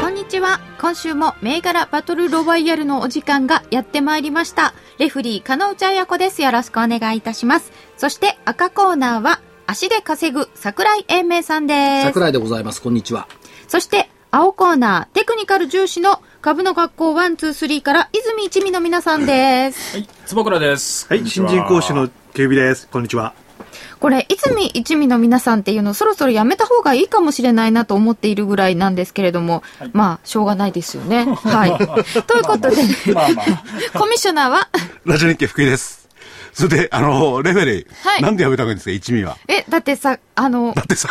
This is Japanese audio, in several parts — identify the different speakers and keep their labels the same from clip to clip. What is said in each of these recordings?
Speaker 1: こんにちは。今週も銘柄バトルロワイヤルのお時間がやってまいりました。レフリー、金内彩子です。よろしくお願いいたします。そして赤コーナーは、足で稼ぐ桜井英明さんです。
Speaker 2: 桜井でございます。こんにちは。
Speaker 1: そして青コーナー、テクニカル重視の株の学校123から泉一味の皆さんです。
Speaker 3: はい、坪倉です。
Speaker 4: はい、新人講師の警備です。こんにちは。
Speaker 1: これ、泉一味の皆さんっていうのそろそろやめた方がいいかもしれないなと思っているぐらいなんですけれども、まあ、しょうがないです よね。はい。ということで、
Speaker 3: まあまあ。
Speaker 1: コミッショナーは、
Speaker 5: ラジオ日経福井です。それで、あの、レフェリー、
Speaker 1: はい
Speaker 5: なんでやめた方がいいんですか、一味は。
Speaker 1: え、だってさ、あの、
Speaker 5: だってさ、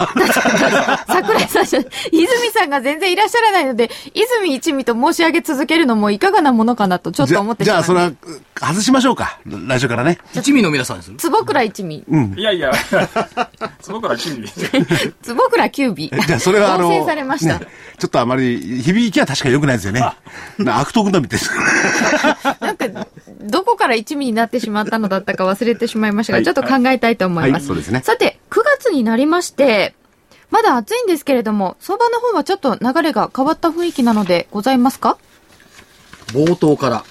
Speaker 1: 桜井さんじゃ、泉さんが全然いらっしゃらないので、泉一味と申し上げ続けるのもいかがなものかなとちょっ
Speaker 5: じ
Speaker 1: と
Speaker 5: ゃ
Speaker 1: 思ってし
Speaker 5: じ
Speaker 1: ま
Speaker 5: ゃ
Speaker 1: い
Speaker 5: あ、
Speaker 1: まし
Speaker 5: それ
Speaker 1: た。
Speaker 5: は、外しましょうか。ラジ オからね。
Speaker 6: 一味の皆さんです
Speaker 1: 坪倉一味、
Speaker 3: いやい や、坪倉金利です。
Speaker 1: 坪倉九尾。
Speaker 5: じゃあ、それは、あの、
Speaker 1: 当選されました。
Speaker 5: ねちょっとあまり、響きは確かに良くないですよね。な悪徳のみです。
Speaker 1: なんか、 どこから一味になってしまったのだったか忘れてしまいましたが、ちょっと考えたいと思います。
Speaker 5: はいそうですね
Speaker 1: さて、9月になりまして、まだ暑いんですけれども、相場の方はちょっと流れが変わった雰囲気なのでございますか、
Speaker 2: 冒頭から、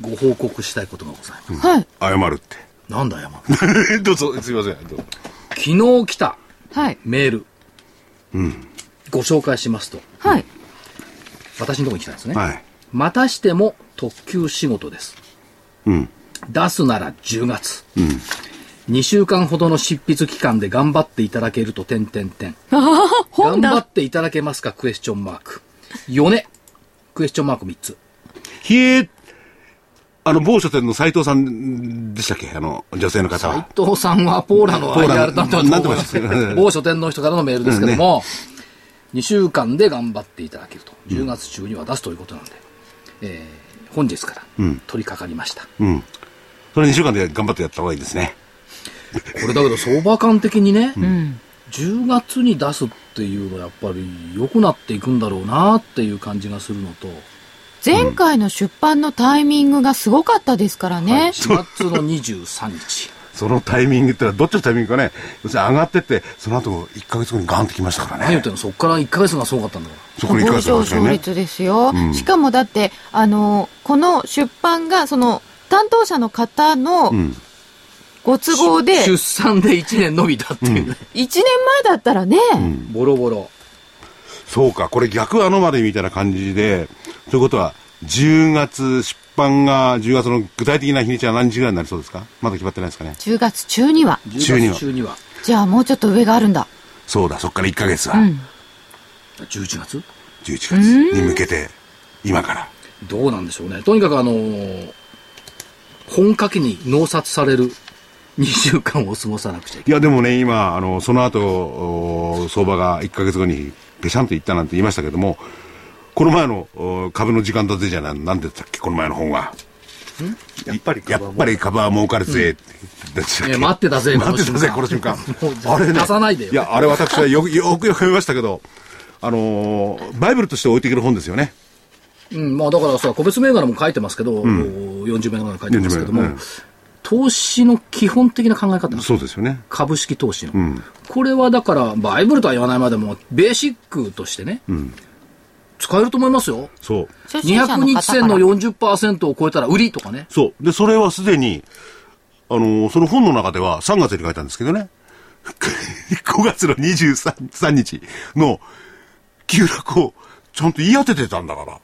Speaker 2: ご報告したいことがございます。
Speaker 1: はい。
Speaker 5: 謝るって。
Speaker 2: なんだ山
Speaker 5: どうぞ、すいません。どうぞ
Speaker 2: 昨日来た
Speaker 1: はい。
Speaker 2: メール、ご紹介しますと、
Speaker 1: はい。
Speaker 2: 私のところに来たんですね。
Speaker 5: はい。
Speaker 2: またしても特急仕事です。
Speaker 5: うん。
Speaker 2: 出すなら10月。2週間ほどの執筆期間で頑張っていただけると、点点点。頑張っていただけますかクエスチョンマーク。4ね。クエスチョンマーク3つ。
Speaker 5: ひえ、あの、某書店の斎藤さんでしたっけあの、女性の方
Speaker 2: 斉
Speaker 5: は。
Speaker 2: 藤さんはポーラの
Speaker 5: ポーラ
Speaker 2: IR 担
Speaker 5: の
Speaker 2: 当
Speaker 5: なんとか してる
Speaker 2: 某書店の人からのメールですけども、2週間で頑張っていただけると。10月中には出すということなんで、えー本日から取り掛かりました。
Speaker 5: うん。それ2週間で頑張ってやった方がいいですね。
Speaker 2: これだけど相場感的にね、10月に出すっていうのはやっぱり良くなっていくんだろうなっていう感じがするのと、
Speaker 1: 前回の出版のタイミングがすごかったですからね。
Speaker 2: 4月の23日。
Speaker 5: そのタイミングってのは、どっちのタイミングかね、要するに上がってって、その後、1ヶ月後にガンってきましたから
Speaker 2: 何言っ
Speaker 5: ね
Speaker 2: て。んのそっから1ヶ月がすごかったんだか
Speaker 5: そこに1ヶ月後
Speaker 1: 上
Speaker 5: で
Speaker 1: 昇
Speaker 5: ね。
Speaker 1: 率ですよ、
Speaker 5: うん
Speaker 1: しかもだってあのこの出版がその担当者の方の
Speaker 5: うん。
Speaker 1: ご都合で
Speaker 2: ら。出
Speaker 1: 1
Speaker 2: 産で1年伸びたっていうね。
Speaker 1: 年前だったらね、
Speaker 2: ボロボロ。
Speaker 5: そうか、これ逆アノマリーみたいな感じで、ということは、10月出版が、10月の具体的な日にちは何日ぐらいになりそうですかまだ決まってないですかね。
Speaker 1: 10月中には
Speaker 2: 10
Speaker 5: 中には
Speaker 2: 月中には。
Speaker 1: じゃあもうちょっと上があるんだ
Speaker 5: そうだ、そっから1ヶ月は、
Speaker 1: うん
Speaker 2: 11月
Speaker 5: 11月に向けて、今から。
Speaker 2: どうなんでしょうね。とにかくあのー本書きに納札される2週間を過ごさなくちゃいけない
Speaker 5: いや、でもね、今、あの、その後、お相場が1ヶ月後に、ぺしゃんといったなんて言いましたけども、この前のお株の時間だぜじゃな、なんでだったっけ、この前の本は。
Speaker 4: やっぱり
Speaker 5: やっぱり株は儲かるぜ、ってでしたっ
Speaker 2: い
Speaker 5: け
Speaker 2: や待ってたぜ
Speaker 5: 待ってたぜ、
Speaker 2: こ
Speaker 5: こ
Speaker 2: の
Speaker 5: の
Speaker 2: 瞬
Speaker 5: 瞬
Speaker 2: 間
Speaker 5: 間。
Speaker 2: もう
Speaker 5: あれね。
Speaker 2: 出さないでよ
Speaker 5: いや、あれ私はよく、よくよく読みましたけど、あのーバイブルとして置いていける本ですよね。
Speaker 2: うん、まあだからさ、個別銘柄も書いてますけど、40銘柄も書いてますけども、
Speaker 5: 40銘柄うん
Speaker 2: 投資の基本的な考え方なんです
Speaker 5: そうですよね。
Speaker 2: 株式投資の、これはだから、バイブルとは言わないまでも、ベーシックとしてね、使えると思いますよ。
Speaker 5: そう。
Speaker 1: 初心者
Speaker 2: 200
Speaker 1: の
Speaker 2: 日
Speaker 1: 方
Speaker 2: 線
Speaker 1: か
Speaker 2: の
Speaker 1: ら
Speaker 2: 40%を超えたら売りとかね。
Speaker 5: そう。で、それはすでに、あのーその本の中では3月に書いたんですけどね。5月の23日の急落をちゃんと言い当ててたんだから。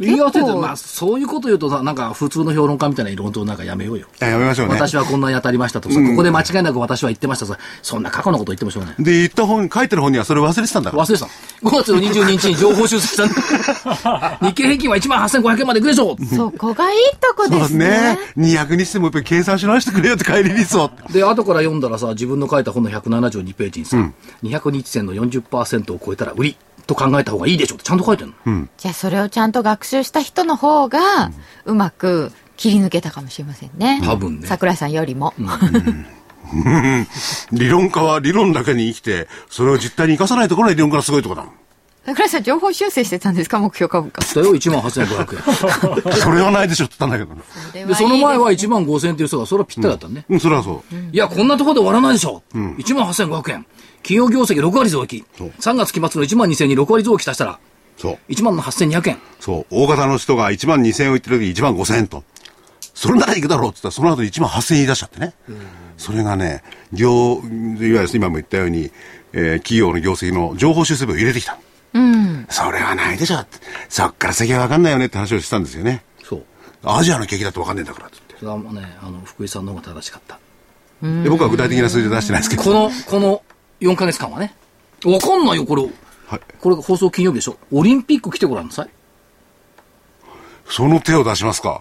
Speaker 2: 言い当てて、
Speaker 1: 結構
Speaker 2: まあそういうこと言うとさ、なんか普通の評論家みたいな論調なんかやめようよ。
Speaker 5: あやめましょうね。
Speaker 2: 私はこんなに当たりましたとさ、ここで間違いなく私は言ってましたさ、そんな過去のこと言ってもしょうがない。
Speaker 5: で、言った本、書いてる本にはそれ忘れてたんだから。
Speaker 2: 忘れてた。5月の22日に情報修正したんだ日経平均は1万8500円までいくでしょ
Speaker 1: そこがいいとこ
Speaker 5: そう
Speaker 1: で
Speaker 5: ですす
Speaker 1: ね
Speaker 5: ね。200日でもやっぱり計算し直してくれよって帰りにそう。
Speaker 2: で、後から読んだらさ、自分の書いた本の172ページにさ、200日線の40%を超えたら売りっと考えた方がいいでしょうってちゃんと書いてるの。
Speaker 1: じゃあそれをちゃんと学習した人の方が、うまく切り抜けたかもしれませんね。
Speaker 2: 多分ね
Speaker 1: 桜井さんよりも。
Speaker 5: 理論家は理論だけに生きて、それを実態に生かさないところが理論家のすごいところ
Speaker 1: 桜井さん情報修正してたんですか目標株価。
Speaker 2: だよ、1万8500
Speaker 5: だ。それはないでしょって言ったんだけどね。
Speaker 2: 円。で、その前は1万5000円っていう人が、それはぴったりだったね。
Speaker 5: うん、それはそう。
Speaker 2: いや、こんなところで終わらないでしょ。1万8500円。企業業績6割増益。3月期末の1万2000に6割増益足したら、
Speaker 5: そう。
Speaker 2: 1万の8200円。
Speaker 5: そう。大型の人が1万2000円を言ってる時に1万5000円と。それなら行くだろうって言ったら、その後に1万8000円言い出しちゃってね。それがね、業、いわゆる今も言ったように、えー企業の業績の情報修正部を入れてきた。それはないでしょって。そっから先は分かんないよねって話をしてたんですよね。
Speaker 2: そう。
Speaker 5: アジアの景気だって分かんないんだからって
Speaker 2: それはもうね、あの、福井さんの方が正しかった。
Speaker 5: 言って。で、僕は具体的な数字出してないですけど。
Speaker 2: この、この4ヶ月間はね。わかんないよ、これ。
Speaker 5: はい
Speaker 2: これが放送金曜日でしょ。オリンピック来てごらんなさい。
Speaker 5: その手を出しますか。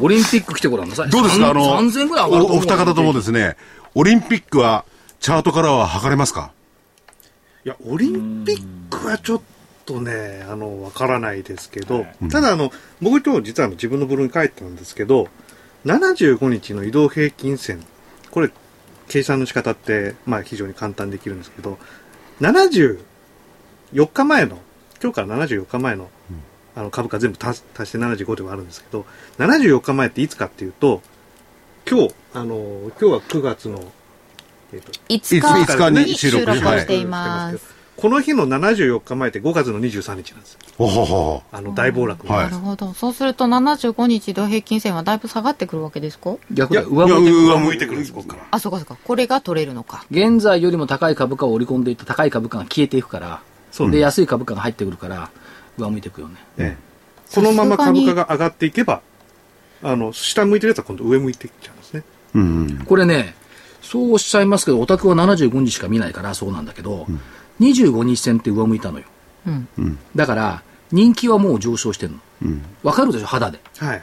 Speaker 2: オリンピック来てごらんなさい。
Speaker 5: どうですかあの、
Speaker 2: 3000ぐらい上がると
Speaker 5: お
Speaker 2: 思う
Speaker 5: お二方ともですね、オリンピックはチャートからは測れますか
Speaker 4: いや、オリンピックはちょっとね、あの、わからないですけど、ただあの、僕今日実はあの自分のブログに書いてたんですけど、75日の移動平均線、これ、計算の仕方って、まあ非常に簡単にできるんですけど、74日前の、今日から74日前の、あの株価全部足し足して75ではあるんですけど、74日前っていつかっていうと、今日、あの、今日は9月の、えっ、と、
Speaker 1: 5
Speaker 5: いつ
Speaker 1: 日
Speaker 5: 5日に
Speaker 1: に
Speaker 5: 収
Speaker 1: 収
Speaker 5: 録
Speaker 1: 録を
Speaker 5: はい
Speaker 1: しています。
Speaker 4: この日の74日前って5月の23日なんですよ。
Speaker 5: おほほほ。
Speaker 4: あの大暴落の、
Speaker 5: はい
Speaker 1: なるほど。そうすると75日移動平均線はだいぶ下がってくるわけですか
Speaker 2: 逆
Speaker 4: いや
Speaker 2: だよ上
Speaker 5: いや
Speaker 2: 向いて
Speaker 5: 上向いてくるんです、ここから。
Speaker 1: あ、そうかそうか。これが取れるのか。
Speaker 2: 現在よりも高い株価を織り込んでいた高い株価が消えていくから、
Speaker 4: そう
Speaker 2: で、安い株価が入ってくるから、上向いていくよね。
Speaker 4: ええこのまま株価が上がっていけばあの下向いてるやつは今度上向いていっちゃうんですね
Speaker 5: うん。
Speaker 2: これね、そうおっしゃいますけど、オタクは75日しか見ないからそうなんだけど、25日線って上向いたのよ。
Speaker 1: うん。
Speaker 2: だから、人気はもう上昇してるの。
Speaker 5: うん。
Speaker 2: わかるでしょ、肌で。
Speaker 4: はいはい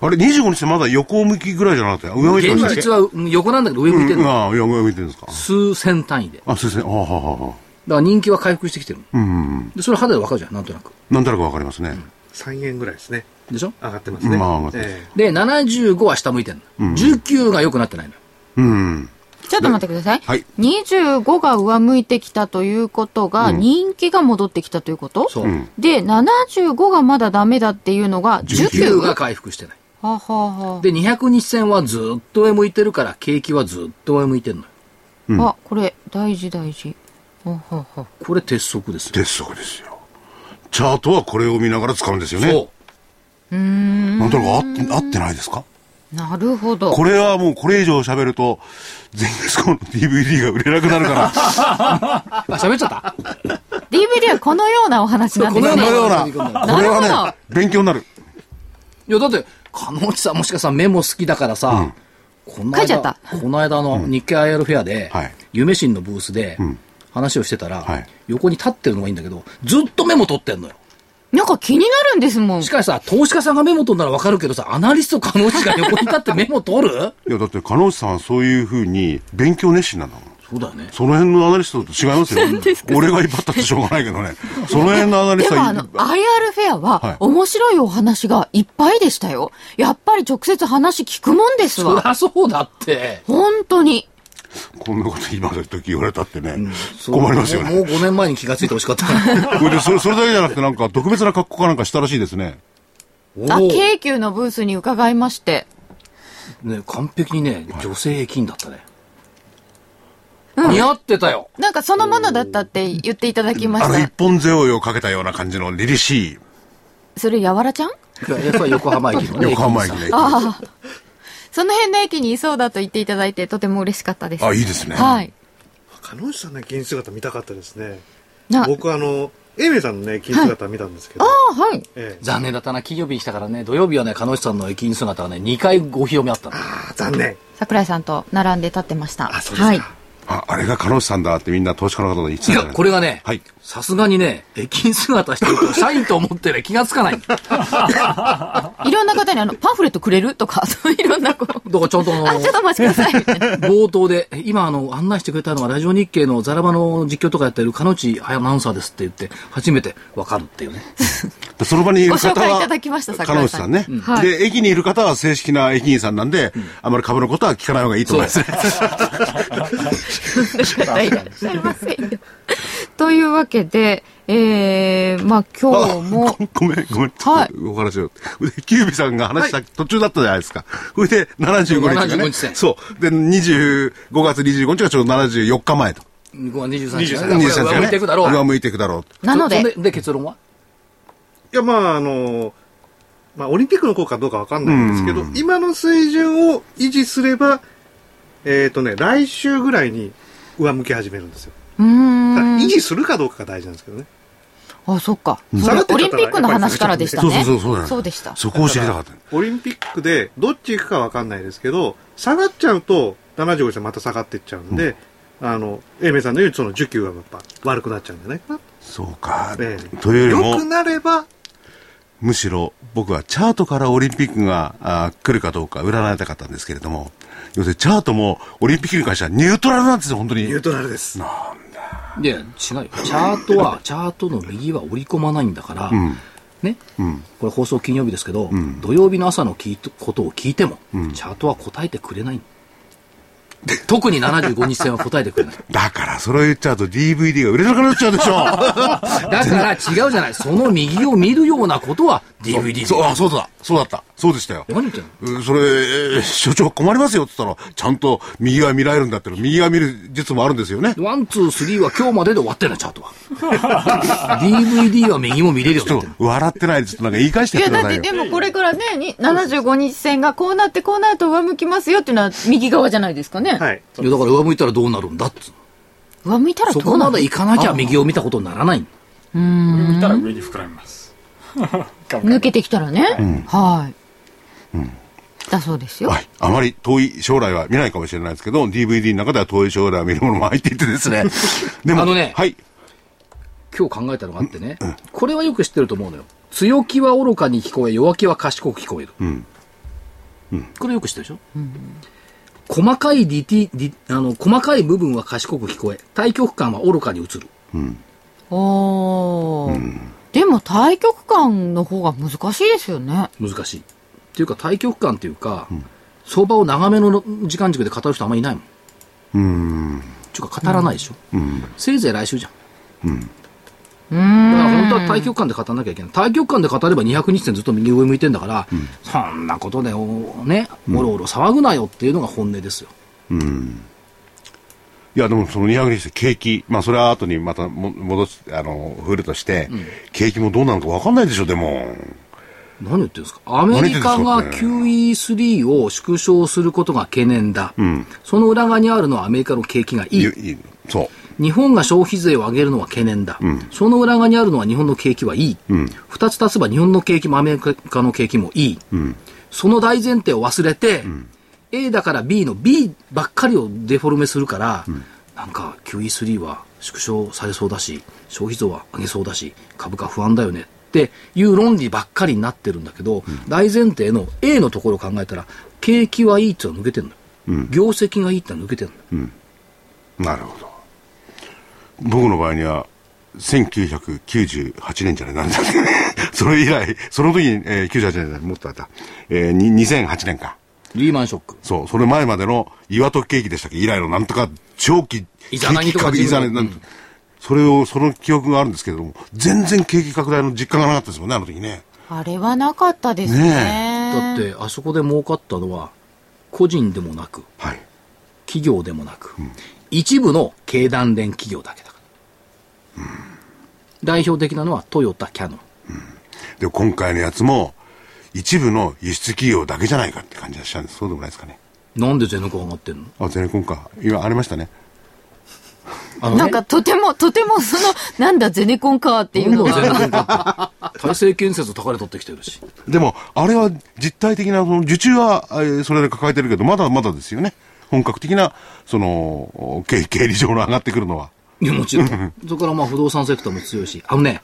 Speaker 5: あれ、25日まだ横向きぐらいじゃなくて、上向いて
Speaker 2: 現
Speaker 5: るんです
Speaker 2: 実はうん横なんだけど上向いてる
Speaker 5: うん、
Speaker 2: の。
Speaker 5: ああ、いや上向いてるんですか。
Speaker 2: 数千単位で。だか
Speaker 5: あ、先生、ああ、はあはあはあ。
Speaker 2: ら人気は回復してきてるの。
Speaker 5: うんうんうん。
Speaker 2: で、それ肌でわかるじゃん、なんとなく。
Speaker 5: なんとなくわかりますね。
Speaker 4: 3円ぐらいですね
Speaker 2: でしょ
Speaker 4: 上がってますね、
Speaker 5: まあ上がってます
Speaker 4: え
Speaker 2: で、75は下向いてるの。19が良くなってないのよ。
Speaker 5: うん。
Speaker 1: ちょっと待ってください。
Speaker 5: はい
Speaker 1: 25が上向いてきたということが、人気が戻ってきたということ
Speaker 2: そう。
Speaker 1: で、75がまだダメだっていうのが、
Speaker 2: 19
Speaker 1: 19
Speaker 2: が
Speaker 1: が。
Speaker 2: 回復してない。
Speaker 1: はあはあはあ
Speaker 2: で、200日線はずっと上向いてるから、景気はずっと上向いてるのよ。
Speaker 1: あ、これ、大事大事。はあはあはあ
Speaker 2: これ鉄則ですよ。
Speaker 5: 鉄則ですよ。チャートはこれを見ながら使うんですよね。
Speaker 2: そう。
Speaker 5: なんとなく合って、合ってないですか
Speaker 1: なるほど。
Speaker 5: これはもうこれ以上喋ると、全月コの DVD が売れなくなるから、
Speaker 2: あ、喋っちゃった
Speaker 1: DVD はこのようなお話なん
Speaker 5: こ
Speaker 1: です
Speaker 5: の
Speaker 1: ね。
Speaker 5: ような、これ
Speaker 1: なる
Speaker 5: は
Speaker 1: ほ
Speaker 5: ね、勉強になる。
Speaker 2: いや、だって、鹿野内さんもしかしたらメモ好きだからさ、この
Speaker 1: 書いちゃっ
Speaker 2: 間
Speaker 1: た、
Speaker 2: この間の日経 IR フェアで
Speaker 5: はい、
Speaker 2: 夢新のブースで
Speaker 5: ん
Speaker 2: 話をしてたら
Speaker 5: はい、
Speaker 2: 横に立ってるのがいいんだけど、ずっとメモ取ってんのよ。
Speaker 1: なんか気になるんですもん
Speaker 2: し。かしさ、投資家さんがメモ取るならわかるけどさ、アナリスト鹿野内が横に立ってメモ取る
Speaker 5: いや、だって、加納さんはそういうふうに勉強熱心なんだもん。
Speaker 2: そうだよね。
Speaker 5: その辺のアナリストと違いますよ。俺が威張ったってしょうがないけどね。その辺のアナリス
Speaker 1: で
Speaker 5: ト
Speaker 1: も
Speaker 5: は
Speaker 1: あ
Speaker 5: い
Speaker 1: の、IR フェア
Speaker 5: はい
Speaker 1: は、面白いお話がいっぱいでしたよ。やっぱり直接話聞くもんです
Speaker 2: そり
Speaker 1: わ。
Speaker 2: ゃそうだって。
Speaker 1: 本当に。
Speaker 5: こんなこと今の時言われたってね、
Speaker 2: そう
Speaker 5: 困りますよね。
Speaker 2: もう5年前に気がついてほしか った。
Speaker 5: これでそれそれだけじゃなくて、なんか特別な格好かなんかしたらしいですね。
Speaker 2: お
Speaker 1: あ、
Speaker 2: ー
Speaker 1: 京急のブースに伺いまして。
Speaker 2: ね、完璧にね、女性駅員だったね。似合ってたよ。
Speaker 1: なんかそのものだったって言っていただきま
Speaker 5: あの、
Speaker 1: し
Speaker 5: 一
Speaker 1: た。
Speaker 5: 本背負いをかけたような感じの凛々しい
Speaker 1: それ、やわらちゃん
Speaker 2: いややっぱり横浜駅のね。
Speaker 5: 横浜駅
Speaker 2: 員さん
Speaker 5: で。あ、
Speaker 1: その辺の駅にいそうだと言っていただいて、とても嬉しかったです。
Speaker 5: いいですね。
Speaker 1: はい。
Speaker 4: え鹿野内さんの現金姿見たかったですね
Speaker 1: な、
Speaker 4: 僕あの英明さんのね金姿見たんですけど、
Speaker 1: あはい。
Speaker 4: ええ
Speaker 2: 残念だったな、金曜日にしたからね、土曜日はね、鹿野内さんの駅員姿はね、2回ご披露目あったの。
Speaker 4: ああ残念
Speaker 1: 桜井さんと並んで立ってました。
Speaker 4: あそうですか
Speaker 1: はい。
Speaker 5: あ、あれが彼女さんだってみんな投資家の方で言ってた
Speaker 2: い
Speaker 5: じゃな
Speaker 2: や、これがね、
Speaker 5: はい
Speaker 2: さすがにね、駅金姿してると、社員と思ってね、気がつかない。だか
Speaker 1: いろんな方にあの、パンフレットくれるとか、 そういろんなこう。
Speaker 2: らちゃんとあの
Speaker 1: あ、ちょっとお待ちください。みたいな
Speaker 2: 冒頭で、今あの、案内してくれたのは、ラジオ日経のザラバの実況とかやってる、かのちアナウンサーですって言って、初めてわかるっていうね。
Speaker 5: でその場にいる方
Speaker 1: ご紹介い
Speaker 5: は、
Speaker 1: ただきました
Speaker 5: 彼
Speaker 1: 桜
Speaker 5: 女
Speaker 1: 井さ
Speaker 5: さ
Speaker 1: ん
Speaker 5: んね、
Speaker 1: はい
Speaker 5: で、駅にいる方は正式な駅員さんなんで、あまり株のことは聞かない方がいいと思いますね。
Speaker 1: 方いらっしゃいませんよ。というわけで、えー、まあ今日も、
Speaker 5: あごめん、ごめん。
Speaker 1: はい
Speaker 5: お話を。で、キュービさんが話した、途中だったじゃないですか。それで、75日が、ね。
Speaker 2: 75日ね
Speaker 5: そう。で、25月25日がちょうど74日前と。
Speaker 2: 向こうは23日だね。
Speaker 5: 23日が
Speaker 2: 上向い
Speaker 5: ね。
Speaker 2: ていくだろう。
Speaker 5: 上向いていくだろう。
Speaker 1: なの
Speaker 2: そ
Speaker 1: で
Speaker 2: そ、で、結論はい
Speaker 4: や、まあ、あの、まあ、オリンピックの効果はどうかわかんないんですけど、今の水準を維持すれば、えっ、とね、来週ぐらいに上向き始めるんですよ。
Speaker 1: うー
Speaker 4: ただ
Speaker 1: ん。
Speaker 4: 維持するかどうかが大事なんですけどね。
Speaker 1: あ、そっか。そ
Speaker 4: 下
Speaker 1: れ
Speaker 4: がって
Speaker 1: オ
Speaker 4: っち
Speaker 1: リ
Speaker 4: ゃっ
Speaker 1: ン
Speaker 4: た
Speaker 1: ピ
Speaker 4: ら
Speaker 1: ックの話からでした
Speaker 5: そう
Speaker 1: ね。
Speaker 5: そうそうそうだね。
Speaker 1: でした。
Speaker 5: そこを知りたかった。
Speaker 4: オリンピックでどっち行くかわかんないですけど、下がっちゃうと、75日はまた下がっていっちゃうんで、あの、英明さんの言うその需給がやっぱ悪くなっちゃうんじゃないかな。
Speaker 5: そうか。
Speaker 4: ええ
Speaker 5: というよりも
Speaker 4: 良く、なれば、
Speaker 5: むしろ僕はチャートからオリンピックがあー来るかどうか占いたかったんですけれども、要するにチャートもオリンピックに関してはニュートラルなんですよ、本当に。
Speaker 4: ニュートラルです。
Speaker 2: いや、違うよ。チャートは、チャートの右は織り込まないんだから、ね、これ放送金曜日ですけど、土曜日の朝の聞いたことを聞いても、チャートは答えてくれない。特に75日線は答えてくれない。
Speaker 5: だから、それを言っちゃうと DVD が売れなくなっちゃうでしょ
Speaker 2: だから違うじゃない。その右を見るようなことは DVD で。
Speaker 5: そう、あ、そうだ。そうだった。そうでしたよ。
Speaker 2: 何言ってんの
Speaker 5: うんそれ、えー所長困りますよって言ったら、ちゃんと右は見られるんだっての右は見る術もあるんですよね。
Speaker 2: ワン、ツー、スリーは今日までで終わってんの、チャートは。DVD は右も見れるよっ
Speaker 5: ち
Speaker 2: て
Speaker 5: ょっと笑ってないで、ちょっとなんか言い返して
Speaker 1: い
Speaker 5: やっ
Speaker 1: や、
Speaker 5: てくだ
Speaker 1: だっ
Speaker 5: さい
Speaker 1: て
Speaker 5: よ。
Speaker 1: でもこれからね、に75日線がこうなってこうなると上向きますよっていうのは右側じゃないですかね。
Speaker 4: はい。
Speaker 2: いや、だから上向いたらどうなるんだっつう
Speaker 1: 上向いたら
Speaker 2: の
Speaker 1: ど
Speaker 2: そうこ
Speaker 1: な
Speaker 2: ま
Speaker 1: る
Speaker 2: で行かなきゃ右を見たことにならない。
Speaker 3: これを見たら上に膨らみます。頑張り
Speaker 1: 抜けてきたらね。はい。だそうですよ。
Speaker 5: はい。あまり遠い将来は見ないかもしれないですけど、DVD の中では遠い将来は見るものも入っていてですね。でも、
Speaker 2: あのね
Speaker 5: はい。
Speaker 2: 今日考えたのがあってね、これはよく知ってると思うのよ。強気は愚かに聞こえ、弱気は賢く聞こえる。
Speaker 5: ん
Speaker 2: これよく知ってるでしょ、細かいディティディあの、細かい部分は賢く聞こえ、対極感は愚かに映る。
Speaker 1: おー。でも対極感の方が難しいですよね。
Speaker 2: 難しい。っていうか、対極感っていうか、相場を長めの時間軸で語る人あんまりいないもん。ちゅうか、語らないでしょ。せいぜい来週じゃん。だから本当は対極観で語らなきゃいけない。対極観で語れば200日線ずっと右上向いてんだから、そんなことでお、ね、おろおろ騒ぐなよっていうのが本音ですよ。
Speaker 5: いや、でもその200日で景気、まあそれは後にまたも戻す、あの、振るとして、景気もどうなるかわかんないでしょ、でも。
Speaker 2: 何言ってるんですかアメリカ
Speaker 5: 何
Speaker 2: が
Speaker 5: 言ってる
Speaker 2: QE3 を縮小することが懸念だ。その裏側にあるのはアメリカの景気がいい。
Speaker 5: いいそう。
Speaker 2: 日本が消費税を上げるのは懸念だ、その裏側にあるのは日本の景気はいい、二つ足せば日本の景気もアメリカの景気もいい、その大前提を忘れて、A だから B の B ばっかりをデフォルメするから、なんか QE3 は縮小されそうだし消費増は上げそうだし株価不安だよねっていう論理ばっかりになってるんだけど、大前提の A のところを考えたら景気はいいってのは抜けてるんだよ、業績がいいってのは抜けてるんだよ、
Speaker 5: なるほど。僕の場合には、1998年じゃない、なんだっけ それ以来、その時に、えー、98年じゃない、もっとあった。えー、に2008年か。
Speaker 2: リーマンショック
Speaker 5: そう、それ前までの岩戸景気でしたっけ以来のなんとか長期、
Speaker 2: イザナギとか
Speaker 5: 景気拡大イザナギなんとそれを、その記憶があるんですけれども、全然景気拡大の実感がなかったですもんね、あの時ね。
Speaker 1: あれはなかったです
Speaker 2: だ
Speaker 1: ね。
Speaker 2: ってあそこで儲かったのは個人でもなく
Speaker 5: はい。
Speaker 2: 企業でもなく、一部の経団連企業だけだから、代表的なのはトヨタキャノン
Speaker 5: で、今回のやつも、一部の輸出企業だけじゃないかって感じがしたんです。そうでもないですかね。
Speaker 2: なんで全額上がってんの
Speaker 5: あ、ゼネコンか。今、ありましたね。
Speaker 2: あのね
Speaker 1: なんかとても、とてもその、 なんだゼネコンかってい
Speaker 2: ど
Speaker 1: うんの
Speaker 2: どん
Speaker 1: が。
Speaker 2: 全額上がってる体制建設高値取ってきてるし
Speaker 5: でも、あれは実体的な、その受注は、えーそれで抱えてるけど、まだまだですよね。本格的な、その、経経理上の上がってくるのは。
Speaker 2: いや、もちろん。それからまあ不動産セクターも強いし、あのね、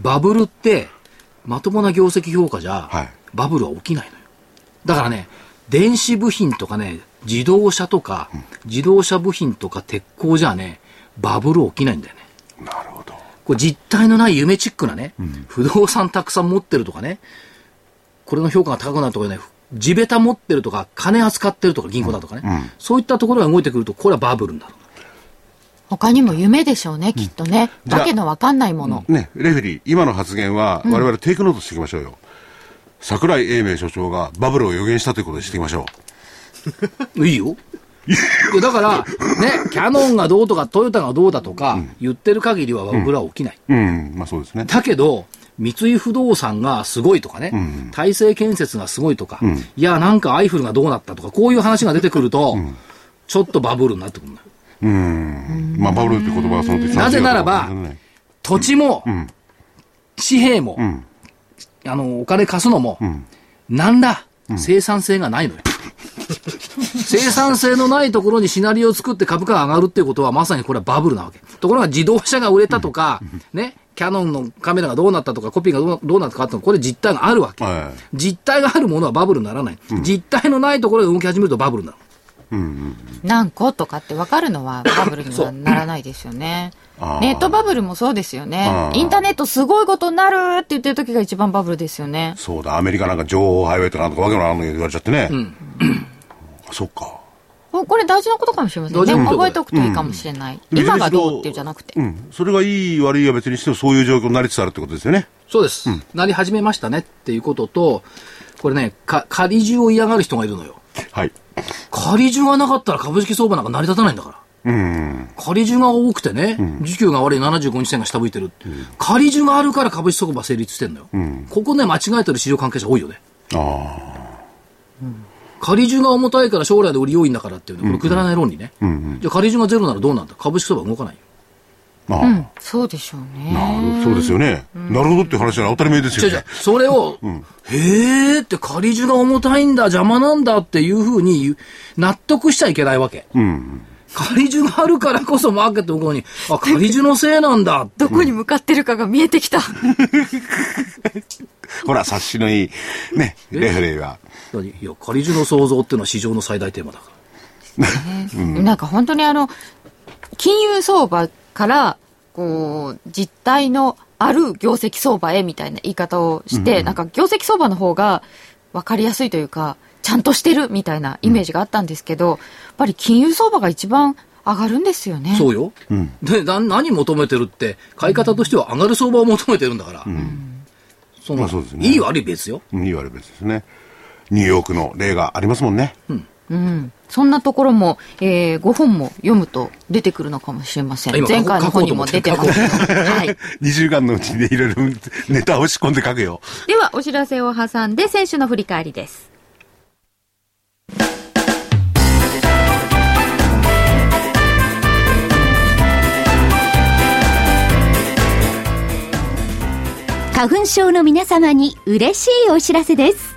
Speaker 2: バブルって、まともな業績評価じゃ、
Speaker 5: はい
Speaker 2: バブルは起きないのよ。だからね、電子部品とかね、自動車とか、自動車部品とか鉄鋼じゃね、バブル起きないんだよね。
Speaker 5: なるほど。
Speaker 2: これ実体のない夢チックなね、不動産たくさん持ってるとかね、これの評価が高くなるとかね、地べた持ってるとか、金扱ってるとか、銀行だとかね、
Speaker 5: ん
Speaker 2: そういったところが動いてくると、これはバブルになる。
Speaker 1: 他にも夢でしょうね、きっとね。
Speaker 5: じゃあ
Speaker 1: わけのわかんないもの。
Speaker 5: ね、レフェリー、今の発言は、我々テイクノートしていきましょうよ。桜井英明所長がバブルを予言したということでしていきましょ
Speaker 2: いいよ。いやだから、ね、キャノンがどうとか、トヨタがどうだとか、言ってる限りは僕らは起きない。
Speaker 5: う。うん、まあそうですね。
Speaker 2: だけど、三井不動産がすごいとかね、大成建設がすごいとか、いや、なんかアイフルがどうなったとか、こういう話が出てくると、ちょっとバブルになってくるのよ。
Speaker 5: うん。まあバブルって言葉はその時
Speaker 2: なぜならば
Speaker 5: ね
Speaker 2: 土地も、
Speaker 5: ん
Speaker 2: 紙幣も、
Speaker 5: ん
Speaker 2: あの、お金貸すのも、
Speaker 5: ん
Speaker 2: なんだ、生産性がないのよ。 生産性のないところにシナリオを作って株価が上がるっていうことは、まさにこれはバブルなわけ。ところが自動車が売れたとか、ね、キャノンのカメラがどうなったとか、コピーがどうどうなったかっていうのはこれ実態があるわけ。
Speaker 5: は
Speaker 2: 実態があるものはバブルにならない。実態のないところが動き始めるとバブルになる。
Speaker 1: 何個とかってわかるのはバブルにはならないですよね
Speaker 5: あー。
Speaker 1: ネットバブルもそうですよ
Speaker 5: あ
Speaker 1: ね。
Speaker 5: ー
Speaker 1: インターネットすごいことになるって言ってる時が一番バブルですよね
Speaker 5: い。。そうだ、アメリカなんか情報ハイウェイとかなんとかわけのわからんの言われちゃってね。あそっか。
Speaker 1: ここれ大事なことかもしれません
Speaker 2: 大事
Speaker 1: ね。
Speaker 2: なこと
Speaker 1: 覚えておくといいかもしれない。
Speaker 5: でも
Speaker 1: 今が
Speaker 5: いずれにしろ
Speaker 1: どうっていうじゃなくて。
Speaker 5: うん。それがいい悪いは別にしてもそういう状況になりつつあるってことですよね。
Speaker 2: そうです。なり始めましたねっていうことと、これね、か仮中を嫌がる人がいるのよ。
Speaker 5: はい。
Speaker 2: 仮中がなかったら株式相場なんか成り立たないんだから。
Speaker 5: うん。
Speaker 2: 仮中が多くてね、需給が悪い75日線が下向いてる。仮中があるから株式相場成立してんのよ。ここね、間違えてる市場関係者多いよね。
Speaker 5: あ
Speaker 2: 仮中が重たいから将来で売り要因だからっていうね、これくだらない論理ね。じゃあ仮中がゼロならどうなんだ株式相場動かないよ。
Speaker 5: あ。ああ。
Speaker 1: うん、そうでしょう
Speaker 5: な
Speaker 1: ね。
Speaker 5: るそうですよね。なるほどって話なら当たり前です
Speaker 2: 違う違
Speaker 5: よね
Speaker 2: う。。それを、へーって仮中が重たいんだ、邪魔なんだっていうふうに言う納得しちゃいけないわけ。
Speaker 5: うん。
Speaker 2: 仮中があるからこそマーケットの方に、あ、仮中のせいなんだって
Speaker 1: どこに向かってるかが見えてきた。
Speaker 5: ほら、察しのいい、ね、レフェリーは。
Speaker 2: 何いや、仮中の創造っていうのは市場の最大テーマだから。
Speaker 1: なんか本当にあの、金融相場から、こう、実態のある業績相場へみたいな言い方をして、なんか業績相場の方が分かりやすいというか、ちゃんとしてるみたいなイメージがあったんですけど、やっぱり金融相場が一番上がるんですよね。
Speaker 2: そうよ。でな、何求めてるって、買い方としては上がる相場を求めてるんだから。その
Speaker 5: まあそうですね
Speaker 2: いい悪い別よ。
Speaker 5: いいわれですね。ニューヨークの例がありますもんね。
Speaker 1: うん。そんなところも、えー、5本も読むと出てくるのかもしれません。
Speaker 2: 今
Speaker 1: 前回
Speaker 2: 書
Speaker 1: の
Speaker 2: こ
Speaker 1: 本
Speaker 2: う
Speaker 1: に
Speaker 2: と思
Speaker 1: も
Speaker 2: って
Speaker 1: 出てますけど。はい。
Speaker 5: 2週間のうちにね、いろいろネタを仕込んで書けよ。
Speaker 1: では、お知らせを挟んで、選手の振り返りです。
Speaker 7: 花粉症の皆様に嬉しいお知らせです。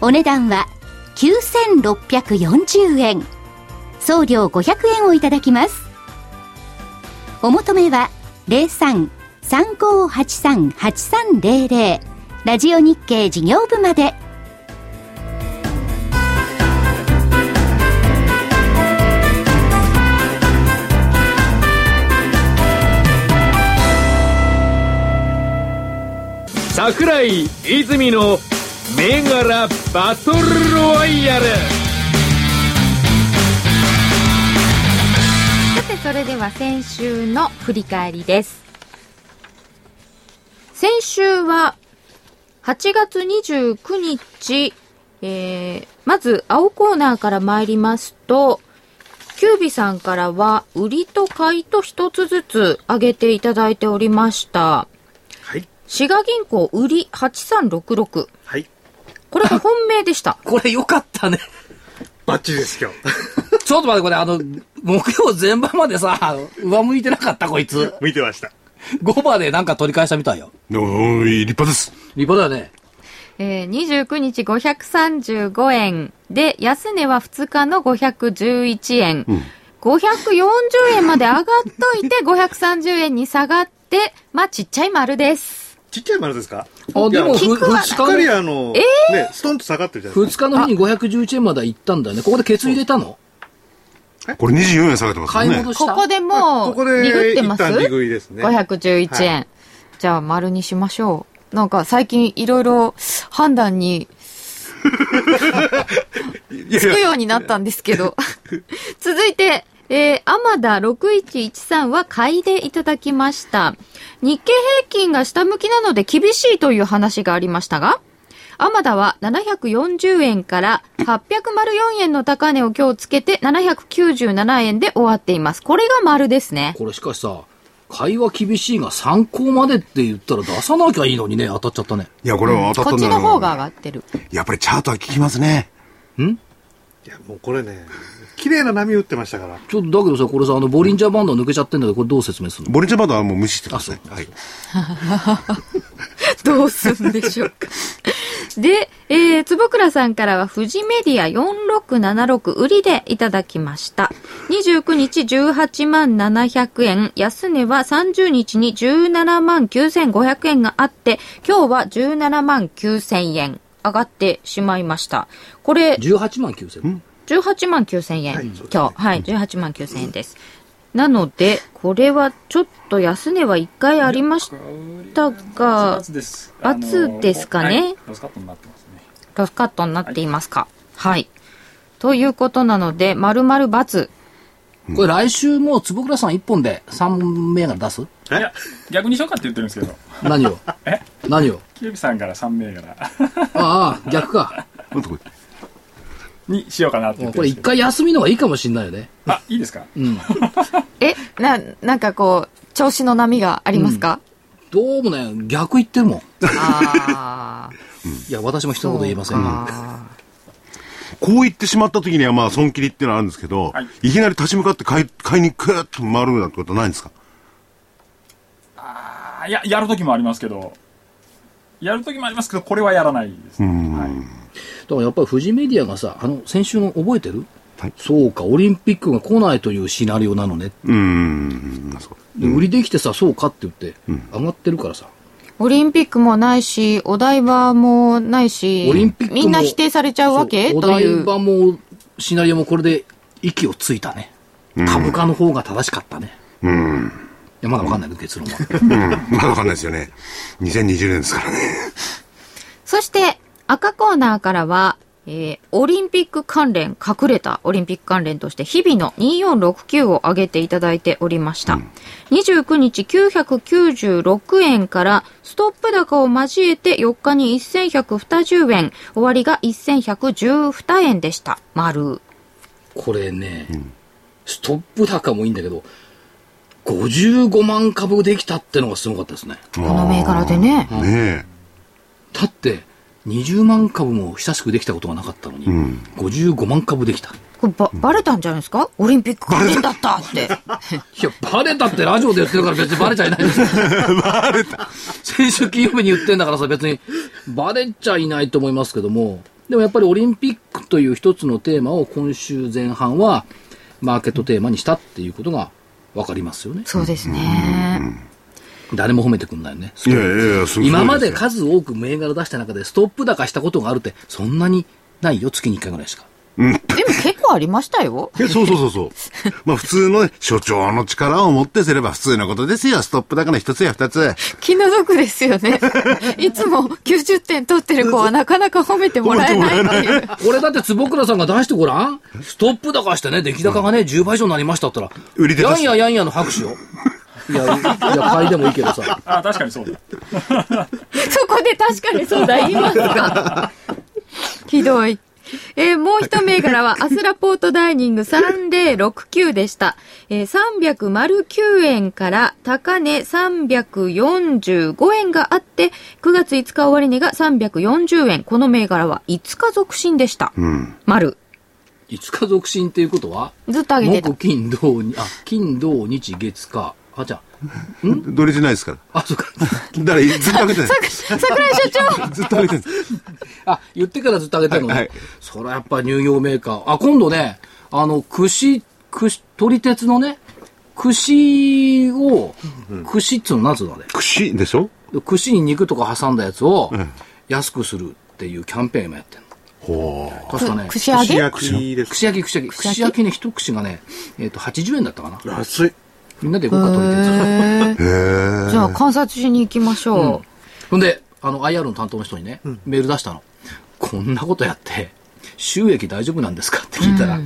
Speaker 7: お値段は9640円送料500円をいただきますお求めは03-3583-8300ラジオ日経事業部まで
Speaker 8: 桜井泉の銘柄バトルロワイヤル
Speaker 1: さてそれでは先週の振り返りです先週は8月29日、えー、まず青コーナーから参りますとキュービさんからは売りと買いと一つずつ上げていただいておりました
Speaker 4: はい。
Speaker 1: 滋賀銀行売り8366
Speaker 4: はい。
Speaker 1: これが本命でした
Speaker 2: これよかったね。
Speaker 4: バッチリです、今日。
Speaker 2: ちょっと待って、これあの、木曜前場までさ、上向いてなかったこいつ。
Speaker 4: 見てました。
Speaker 2: 5番でなんか取り返したみたいよ。
Speaker 5: でも、立派です。
Speaker 2: 立派だよね。
Speaker 1: えー、29日535円で、安値は2日の511円。540円まで上がっといて、530円に下がって、まあ、ちっちゃい丸です。
Speaker 4: ちっちゃい丸ですか
Speaker 2: あ、でも、
Speaker 4: いや
Speaker 2: ふ
Speaker 1: 聞くわな
Speaker 4: しっか
Speaker 2: 2日
Speaker 4: り
Speaker 2: の、
Speaker 4: あの、ね、ストンと下がってるじゃないです
Speaker 2: 二日の日に511円まで行ったんだよね。ここでケツ入れたの
Speaker 5: これ24円下げてます
Speaker 2: 買
Speaker 5: よ
Speaker 2: い
Speaker 5: ね
Speaker 2: 戻。し
Speaker 1: こ
Speaker 2: た
Speaker 1: こで
Speaker 4: か。
Speaker 1: も
Speaker 4: ここ
Speaker 1: う、リグ
Speaker 4: で、
Speaker 1: って
Speaker 4: 一
Speaker 1: ます
Speaker 4: 旦利食いですね。
Speaker 1: ?511 円。じゃあ、丸にしましょう。なんか、最近いろいろ判断に
Speaker 5: いやい
Speaker 1: つ
Speaker 5: や
Speaker 1: くようになったんですけど。 続いて、えー、アマダ6113は買いでいただきました。日経平均が下向きなので厳しいという話がありましたが、アマダは740円から804円の高値を今日つけて797円で終わっています。これが丸ですね。
Speaker 2: これしかしさ、会話厳しいが参考までって言ったら出さなきゃいいのにね、当たっちゃったね。
Speaker 5: いや、これは当た
Speaker 1: こ
Speaker 5: った
Speaker 1: っち
Speaker 5: ん
Speaker 1: の
Speaker 5: だろうな
Speaker 1: 方が上がってる。
Speaker 5: やっぱりチャートは効きますね。
Speaker 4: いや、もうこれね、綺麗な波打ってましたから。
Speaker 2: ちょっとだけどさ、これさ、あの、ボリンジャーバンド抜けちゃってんだけど、これどう説明するの
Speaker 5: ボリンジャーバンドはもう無視してください。
Speaker 2: あそう
Speaker 5: はい。
Speaker 1: どうすんでしょうか。 で、えー、坪倉さんからは、富士メディア4676売りでいただきました。29日18万700円、安値は30日に17万9500円があって、今日は17万9000円上がってしまいました。これ、
Speaker 2: ?18 万9000円。
Speaker 1: 18万9000円、
Speaker 4: はいそうですね
Speaker 1: 今日、はい、18万9000円です。なので、これはちょっと安値は1回ありましたが、
Speaker 3: 罰です。
Speaker 1: 罰ですかね
Speaker 3: あのはいロスカットになってますね。
Speaker 1: ロスカットになっていますか。はい。ということなので、丸々×。
Speaker 2: これ来週も坪倉さん1本で3銘柄出す
Speaker 3: いや、逆にしようかって言ってるんですけど、
Speaker 2: 何を
Speaker 3: え
Speaker 2: 何を
Speaker 3: キュービさんから3銘柄
Speaker 2: ああ、逆 か。
Speaker 5: なんとこれ
Speaker 3: にしようかなって言って
Speaker 2: こ
Speaker 3: る
Speaker 2: れ
Speaker 3: んで
Speaker 2: 一
Speaker 3: すけど。
Speaker 2: 回休みの方がいいかもしんないよね。
Speaker 3: あ、いいですか
Speaker 2: うん。
Speaker 1: え、な、なんかこう、調子の波がありますか、
Speaker 2: どうもね、逆言ってるもん。
Speaker 1: ああ。
Speaker 2: いや、私も一言言えませんが。
Speaker 1: あ
Speaker 5: こう言ってしまった時にはまあ損切りっていうのはあるんですけど、
Speaker 3: はい
Speaker 5: い、きなり立ち向かって買い買いにクーッと回るなんてことはないんですか
Speaker 3: あいや、やる時もありますけど、やる時もありますけど、これはやらないですね。はい。
Speaker 2: だからやっぱり富士メディアがさ、あの、先週の覚えてる
Speaker 5: はい
Speaker 2: そうか、オリンピックが来ないというシナリオなのね。
Speaker 5: うーん、そう
Speaker 2: で売りできてさ、そうかって言って、上がってるからさ。
Speaker 1: ーオリンピックもないし、お台場もないし、
Speaker 2: オリンピックも
Speaker 1: みんな否定されちゃうわけ
Speaker 2: そうお
Speaker 1: と
Speaker 2: 台
Speaker 1: いう。
Speaker 2: 場も、シナリオもこれで息をついたね。株価の方が正しかったね。いや、まだわかんないけど、結論は。
Speaker 5: うん、まだわかんないですよね。2020年ですからね。
Speaker 1: そして、赤コーナーからは、えーオリンピック関連、隠れたオリンピック関連として、日々の2469を上げていただいておりました。29日996円から、ストップ高を交えて4日に1120円、終わりが1112円でした。丸。
Speaker 2: これね、ストップ高もいいんだけど、55万株できたってのがすごかったですね。
Speaker 1: この銘柄でね。
Speaker 5: ね
Speaker 2: だって、20万株も久しくできたことがなかったのに、
Speaker 5: ん
Speaker 2: 55万株できた。
Speaker 1: これば、バレたんじゃないですかオリンピック関連だった って。
Speaker 2: いや、バレたってラジオで言ってるから別にバレちゃいないですよ。 バレた。先週金曜日に言ってんだからさ、別にバレちゃいないと思いますけども、でもやっぱりオリンピックという一つのテーマを今週前半はマーケットテーマにしたっていうことがわかりますよね。
Speaker 1: そうですね。
Speaker 2: 誰も褒めてくんないよね。
Speaker 5: え。いやいやいや、すごい
Speaker 2: 今まです
Speaker 5: よ
Speaker 2: 数多く銘柄出した中でストップ高したことがあるって、そんなにないよ、月に1回ぐらいしか。
Speaker 1: でも結構ありましたよ。
Speaker 5: いやそうそうそうそう。まあ普通のね所長の力を持ってすれば普通のことですよ。ストップだから一つや二つ。
Speaker 1: 気の毒ですよ ね。いつも90点取ってる子はなかなか褒めてもらえないっていう。
Speaker 2: これだって坪倉さんが出してごらん。ストップ高してね、出来高がね、10倍以上になりましたったら、
Speaker 5: 売り手出
Speaker 2: や
Speaker 5: す
Speaker 2: んややんやの拍手 を。いや、いや、買いでもいいけどさ。
Speaker 3: あ、確かにそうだ。
Speaker 1: そこで確かにそうだ、言います か。ひどい。えーもう一銘 柄は、アスラポートダイニング3069でした。えー、309円から高値345円があって、9月5日終値が340円。この銘柄は5日続伸でした。
Speaker 5: うん。
Speaker 1: 丸。
Speaker 2: 5日続伸っていうことは
Speaker 1: ずっと上げてた
Speaker 2: 木、。金、土、にあ、金、土、日、月、火。あ、じゃ
Speaker 5: どれじゃないですから。
Speaker 2: あ、あ、そうか。
Speaker 5: だからずっと上げてない。
Speaker 1: 桜井所長
Speaker 5: ずっと上げてないです。
Speaker 2: あ、言ってからずっと上げてるのね。
Speaker 5: はいはい
Speaker 2: それはやっぱ乳業メーカー。あ、今度ね、あの、串、串、鳥鉄のね、串を、串っつうの、なんつうのね。
Speaker 5: 串でしょ
Speaker 2: 串に肉とか挟んだやつを
Speaker 5: うん、
Speaker 2: 安くするっていうキャンペーンもやってる
Speaker 5: ほう。
Speaker 2: の。確かね。
Speaker 1: 串揚
Speaker 4: 串
Speaker 1: げ
Speaker 4: 焼きです。
Speaker 2: 串焼き、串焼き。串焼きね、一串がね、えっ、と、80円だったかな。
Speaker 4: 安い。
Speaker 2: みんなで行こうか、鳥
Speaker 1: へ
Speaker 2: 鉄。
Speaker 1: ー
Speaker 5: へえ。
Speaker 1: じゃあ観察しに行きましょう。
Speaker 2: ほんで、あの、IR の担当の人にね、メール出したの。こんなことやって、収益大丈夫なんですかって聞いたら、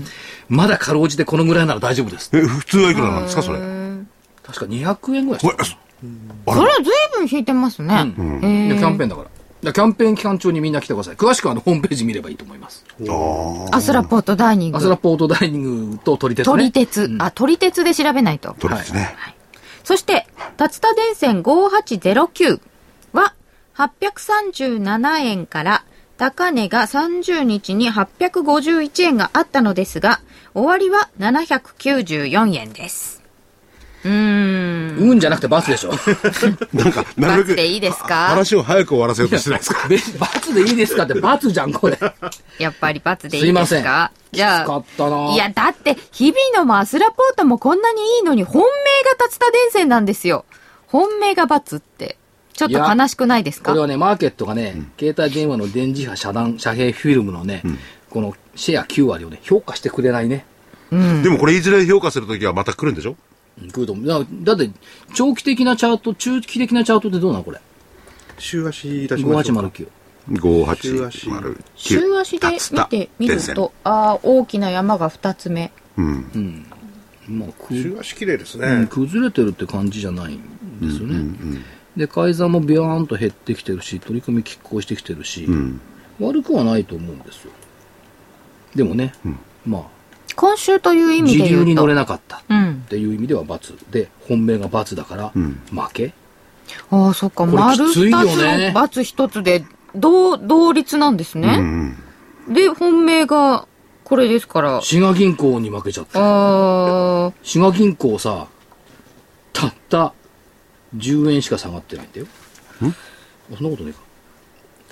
Speaker 2: まだかろうじてこのぐらいなら大丈夫です。
Speaker 5: え、普通はいくらなんですかそれ。
Speaker 2: 確か200円ぐらいし
Speaker 5: これ
Speaker 2: たか、
Speaker 5: あ
Speaker 1: これ
Speaker 5: れ
Speaker 1: は随分引いてますね。
Speaker 2: な。うん。いやキャンペーンだから。だからキャンペーン期間中にみんな来てください。詳しくはあのホームページ見ればいいと思います。
Speaker 1: アスラポートダイニン
Speaker 2: アスラ
Speaker 1: グ。
Speaker 2: ポートダイニングと鳥鉄ね。
Speaker 1: 鳥鉄、あ、鳥鉄で調べないと。
Speaker 5: どれですね。
Speaker 1: そして、竜田電線5809は、837円から、高値が30日に851円があったのですが、終わりは794円です。うーん。
Speaker 2: うんじゃなくて罰でしょ。
Speaker 5: なんか、なるべ
Speaker 1: 罰
Speaker 5: く
Speaker 1: でいいですか
Speaker 5: 話を早く終わらせようとしてないですか
Speaker 2: 別罰でいいですかって罰じゃん、これ。
Speaker 1: やっぱり罰でいいです
Speaker 2: すいま
Speaker 1: かじゃあ。
Speaker 2: きつかったない
Speaker 1: や、だって、日々のもアスラポートもこんなにいいのに、本命が竜田電線なんですよ。本命が罰って。ちょっと悲しくないです
Speaker 2: こ
Speaker 1: か
Speaker 2: れはね、マーケットがね、携帯電話の電磁波遮断、遮蔽フィルムのね、このシェア9割をね、評価してくれないね。
Speaker 5: でもこれいずれ評価するときはまた来るんでしょ
Speaker 2: うん来ると思うだだって、長期的なチャート、中期的なチャートってどうなのこれ。
Speaker 4: 週足出しましょうか。
Speaker 2: 5809。
Speaker 5: ?5809。
Speaker 1: 週足で見てみると、ああ、大きな山が2つ目。
Speaker 5: うん。
Speaker 2: まあ、く
Speaker 4: 週足綺麗ですね。
Speaker 2: うん崩れてるって感じじゃないんですよね。で、改ざんもビャーンと減ってきてるし、取り組み拮抗してきてるし、
Speaker 5: うん。
Speaker 2: 悪くはないと思うんですよ。でもね、まあ、
Speaker 1: 今週という意味
Speaker 2: 時
Speaker 1: で
Speaker 2: 流
Speaker 1: 言
Speaker 2: に
Speaker 1: う
Speaker 2: 乗
Speaker 1: と
Speaker 2: れ、なかったっ
Speaker 1: うん。
Speaker 2: ていう意味では罰で、本命が罰だから、
Speaker 5: ん
Speaker 2: 負け
Speaker 1: ああ、そっか、
Speaker 2: れ
Speaker 1: 丸
Speaker 2: きついよね
Speaker 1: 2つの罰1つで、同、同率なんです
Speaker 5: う
Speaker 1: ね。
Speaker 5: ん。
Speaker 1: で、本命が、これですから。
Speaker 2: 滋賀銀行に負けちゃった。
Speaker 1: ああ、
Speaker 2: 滋賀銀行さ、たった10円しか下がってないんだよ。んそんなことね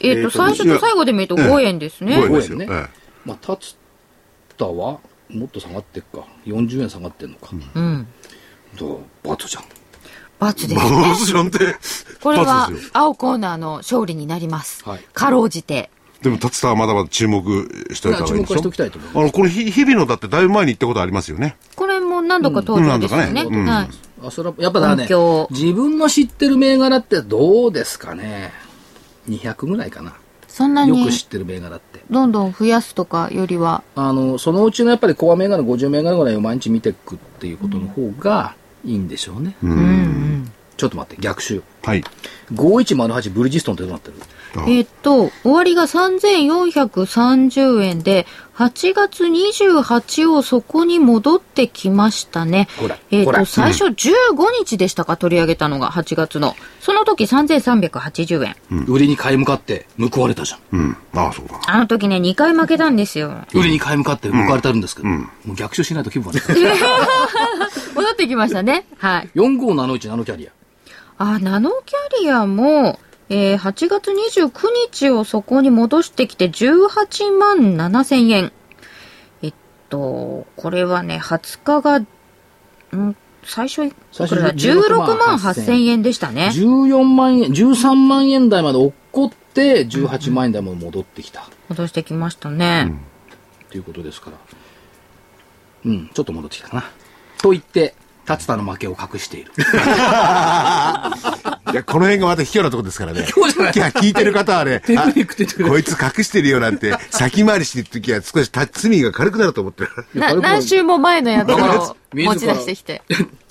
Speaker 2: えか。
Speaker 1: えっ、と、最初と最後で見ると5円ですね。
Speaker 5: すごいですよ。
Speaker 2: ね
Speaker 5: え
Speaker 2: まあ、立田はもっと下がってっか。40円下がってんのか。
Speaker 1: うん。
Speaker 2: そうバトじゃん。
Speaker 1: 罰で
Speaker 5: え
Speaker 1: す
Speaker 5: バ。 ランスじゃんって。
Speaker 1: これは
Speaker 5: 罰ですよ、
Speaker 1: 青コーナーの勝利になります。
Speaker 2: はい
Speaker 1: かろうじて。
Speaker 5: でも、達さんはまだまだ注目しておいた方
Speaker 2: 注
Speaker 5: がい
Speaker 2: 目
Speaker 5: いでし
Speaker 2: はしてお
Speaker 5: ょ
Speaker 2: きたいと思い
Speaker 5: あの、これ、ひ日々のだってだいぶ前に行ったことありますよね。
Speaker 1: これも何度か登場ですよね。
Speaker 5: うんうん
Speaker 1: はい。
Speaker 2: ます。あ、それは、やっぱだね
Speaker 1: 音響、
Speaker 2: 自分の知ってる銘柄ってどうですかね。200ぐらいかな。
Speaker 1: そんな
Speaker 2: よ
Speaker 1: に
Speaker 2: く、知ってる銘柄って。
Speaker 1: どんどん増やすとかよりは、
Speaker 2: あの、そのうちのやっぱりコア銘柄50銘柄ぐらいを毎日見ていくっていうことの方がいいんでしょうね。ちょっと待って、逆襲。
Speaker 5: はい。
Speaker 2: 5108ブリヂストンってどうなってる
Speaker 5: あ
Speaker 1: えっと、終わりが3430円で、8月28をそこに戻ってきましたね
Speaker 2: ほら。
Speaker 1: えっ
Speaker 2: ほ
Speaker 1: と、
Speaker 2: ら
Speaker 1: 最初15日でしたか、取り上げたのが8月の。その時3380円。
Speaker 2: 売りに買い向かって報われたじゃん。
Speaker 5: うん。ああ、そうだ。
Speaker 1: あの時ね、2回負けたんですよ。
Speaker 2: 売りに買い向かって報われてるんですけど、もう逆襲しないと気分がない。
Speaker 1: 戻ってきましたね。はい。
Speaker 2: 4571ナノキャリア。
Speaker 1: あ、ナノキャリアも、えー8月29日をそこに戻してきて18万7千円。えっと、これはね、20日が、ん最初いくら
Speaker 2: 最初
Speaker 1: だ16
Speaker 2: 16
Speaker 1: 万
Speaker 2: 万
Speaker 1: 8
Speaker 2: 8
Speaker 1: 千
Speaker 2: 千
Speaker 1: 円でしたね。
Speaker 2: 14万円、13万円台まで落っこって、18万円台まで戻ってきた。
Speaker 1: 戻してきましたね。
Speaker 2: っていうことですから。うん、ちょっと戻ってきたかな。と言って、達田の負けを隠してい る。
Speaker 5: いや、この辺がまた卑怯なとこですからね。
Speaker 2: 卑怯じゃない
Speaker 5: や、聞いてる方はね、
Speaker 2: テクニック
Speaker 5: あ
Speaker 2: テクニック
Speaker 5: こいつ隠してるよなんて、先回りしてるときは少しタ罪が軽くなると思ってる。
Speaker 1: な何週も前のやつを
Speaker 2: 自ら
Speaker 1: 持ち出してきて。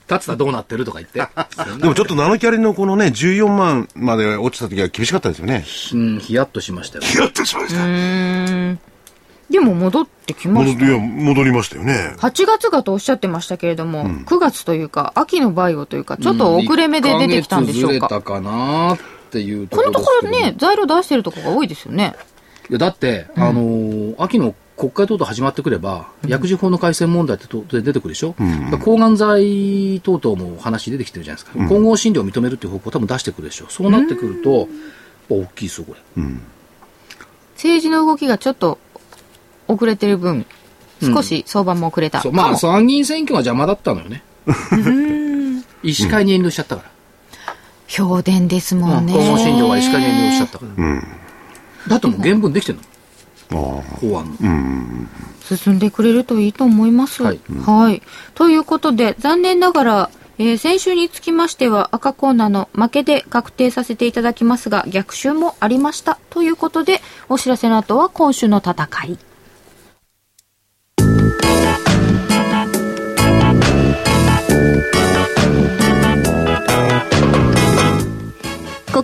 Speaker 2: 達田どうなってるとか言 って。
Speaker 5: でもちょっとナノキャリのこのね、14万まで落ちたときは厳しかったですよね。
Speaker 2: うん、ヒヤッとしましたよ。
Speaker 5: やってしまいました。
Speaker 1: でも戻ってきま
Speaker 5: 戻
Speaker 1: し
Speaker 5: ったてい。や戻りましたよね。
Speaker 1: 8月がとおっしゃってましたけれども、9月というか、秋のバイオというか、ちょっと遅れ目で出てきたんでしょう
Speaker 2: 一ヶ月ずれた
Speaker 1: か。
Speaker 2: かなっていうとこ
Speaker 1: こ
Speaker 2: ろ
Speaker 1: の
Speaker 2: です
Speaker 1: とこ
Speaker 2: け
Speaker 1: ろ
Speaker 2: ど
Speaker 1: ね、材料出してるとこが多いですよね。
Speaker 2: いやだって、あのー秋の国会等々始まってくれば、薬事法の改正問題って当然出てくるでしょ、だから抗がん剤等々も話出てきてるじゃないですか、混合診療を認めるっていう方向、多分出してくるでしょ、そうなってくると、やっぱ大きいですよ、これ、
Speaker 1: 政治の動きがちょっと遅れてる分、少し相場も遅れた。
Speaker 2: そうま
Speaker 1: か
Speaker 2: あ、
Speaker 1: も
Speaker 2: 参議院選挙が邪魔だったのよ ね、医師会に遠慮しちゃったから、
Speaker 1: 評伝ですも
Speaker 2: うんん
Speaker 1: ね。
Speaker 2: 混合診療は医師会に遠慮しちゃったから、
Speaker 5: うん。
Speaker 2: だってもう原文できてる
Speaker 5: あ
Speaker 2: の、法案の。
Speaker 1: 進んでくれるといいと思います。は
Speaker 2: はいい。
Speaker 1: ということで、残念ながら、えー先週につきましては赤コーナーの負けで確定させていただきますが、逆襲もありました。ということで、お知らせの後は今週の戦い。
Speaker 7: こ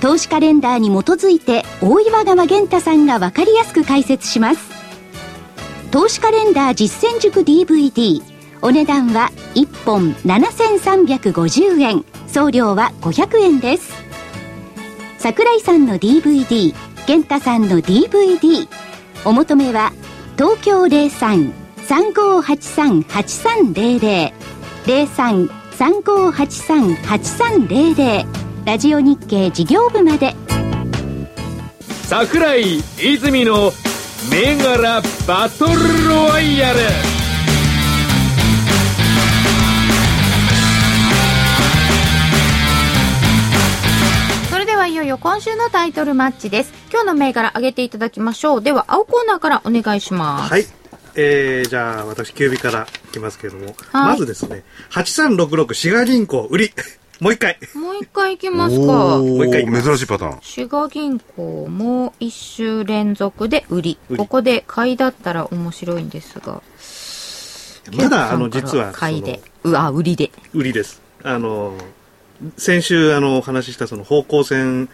Speaker 7: 投資カレンダーに基づいて大岩川源太さんが分かりやすく解説します投資カレンダー実践塾 DVD お値段は1本7350円送料は500円です桜井さんの DVD 源太さんの DVD お求めは東京03-3583-8300 03-3583-8300ラジオ日経事業部まで
Speaker 8: 桜井泉の銘柄バトルロワイヤル
Speaker 1: それではいよいよ今週のタイトルマッチです。今日の銘柄上げていただきましょう。では、青コーナーからお願いします。
Speaker 4: はい。えー、じゃあ、私、キュービからいきますけれども、
Speaker 1: はい
Speaker 4: まずですね、8366、滋賀銀行、売り。もう一回。
Speaker 1: もう一回行きますか。
Speaker 4: もう一回行
Speaker 5: ー
Speaker 4: きます
Speaker 5: 珍しいパターン。
Speaker 1: 滋賀銀行も一週連続で売り
Speaker 4: 売り
Speaker 1: ここで買いだったら面白いんですが
Speaker 4: まだ、あの、
Speaker 1: ケイコさんか
Speaker 4: 実
Speaker 1: ら
Speaker 4: は、そ
Speaker 1: 買い
Speaker 4: の
Speaker 1: で、うわ売りで
Speaker 4: 売りです。あの、先週、あの、お話しした、その、方向線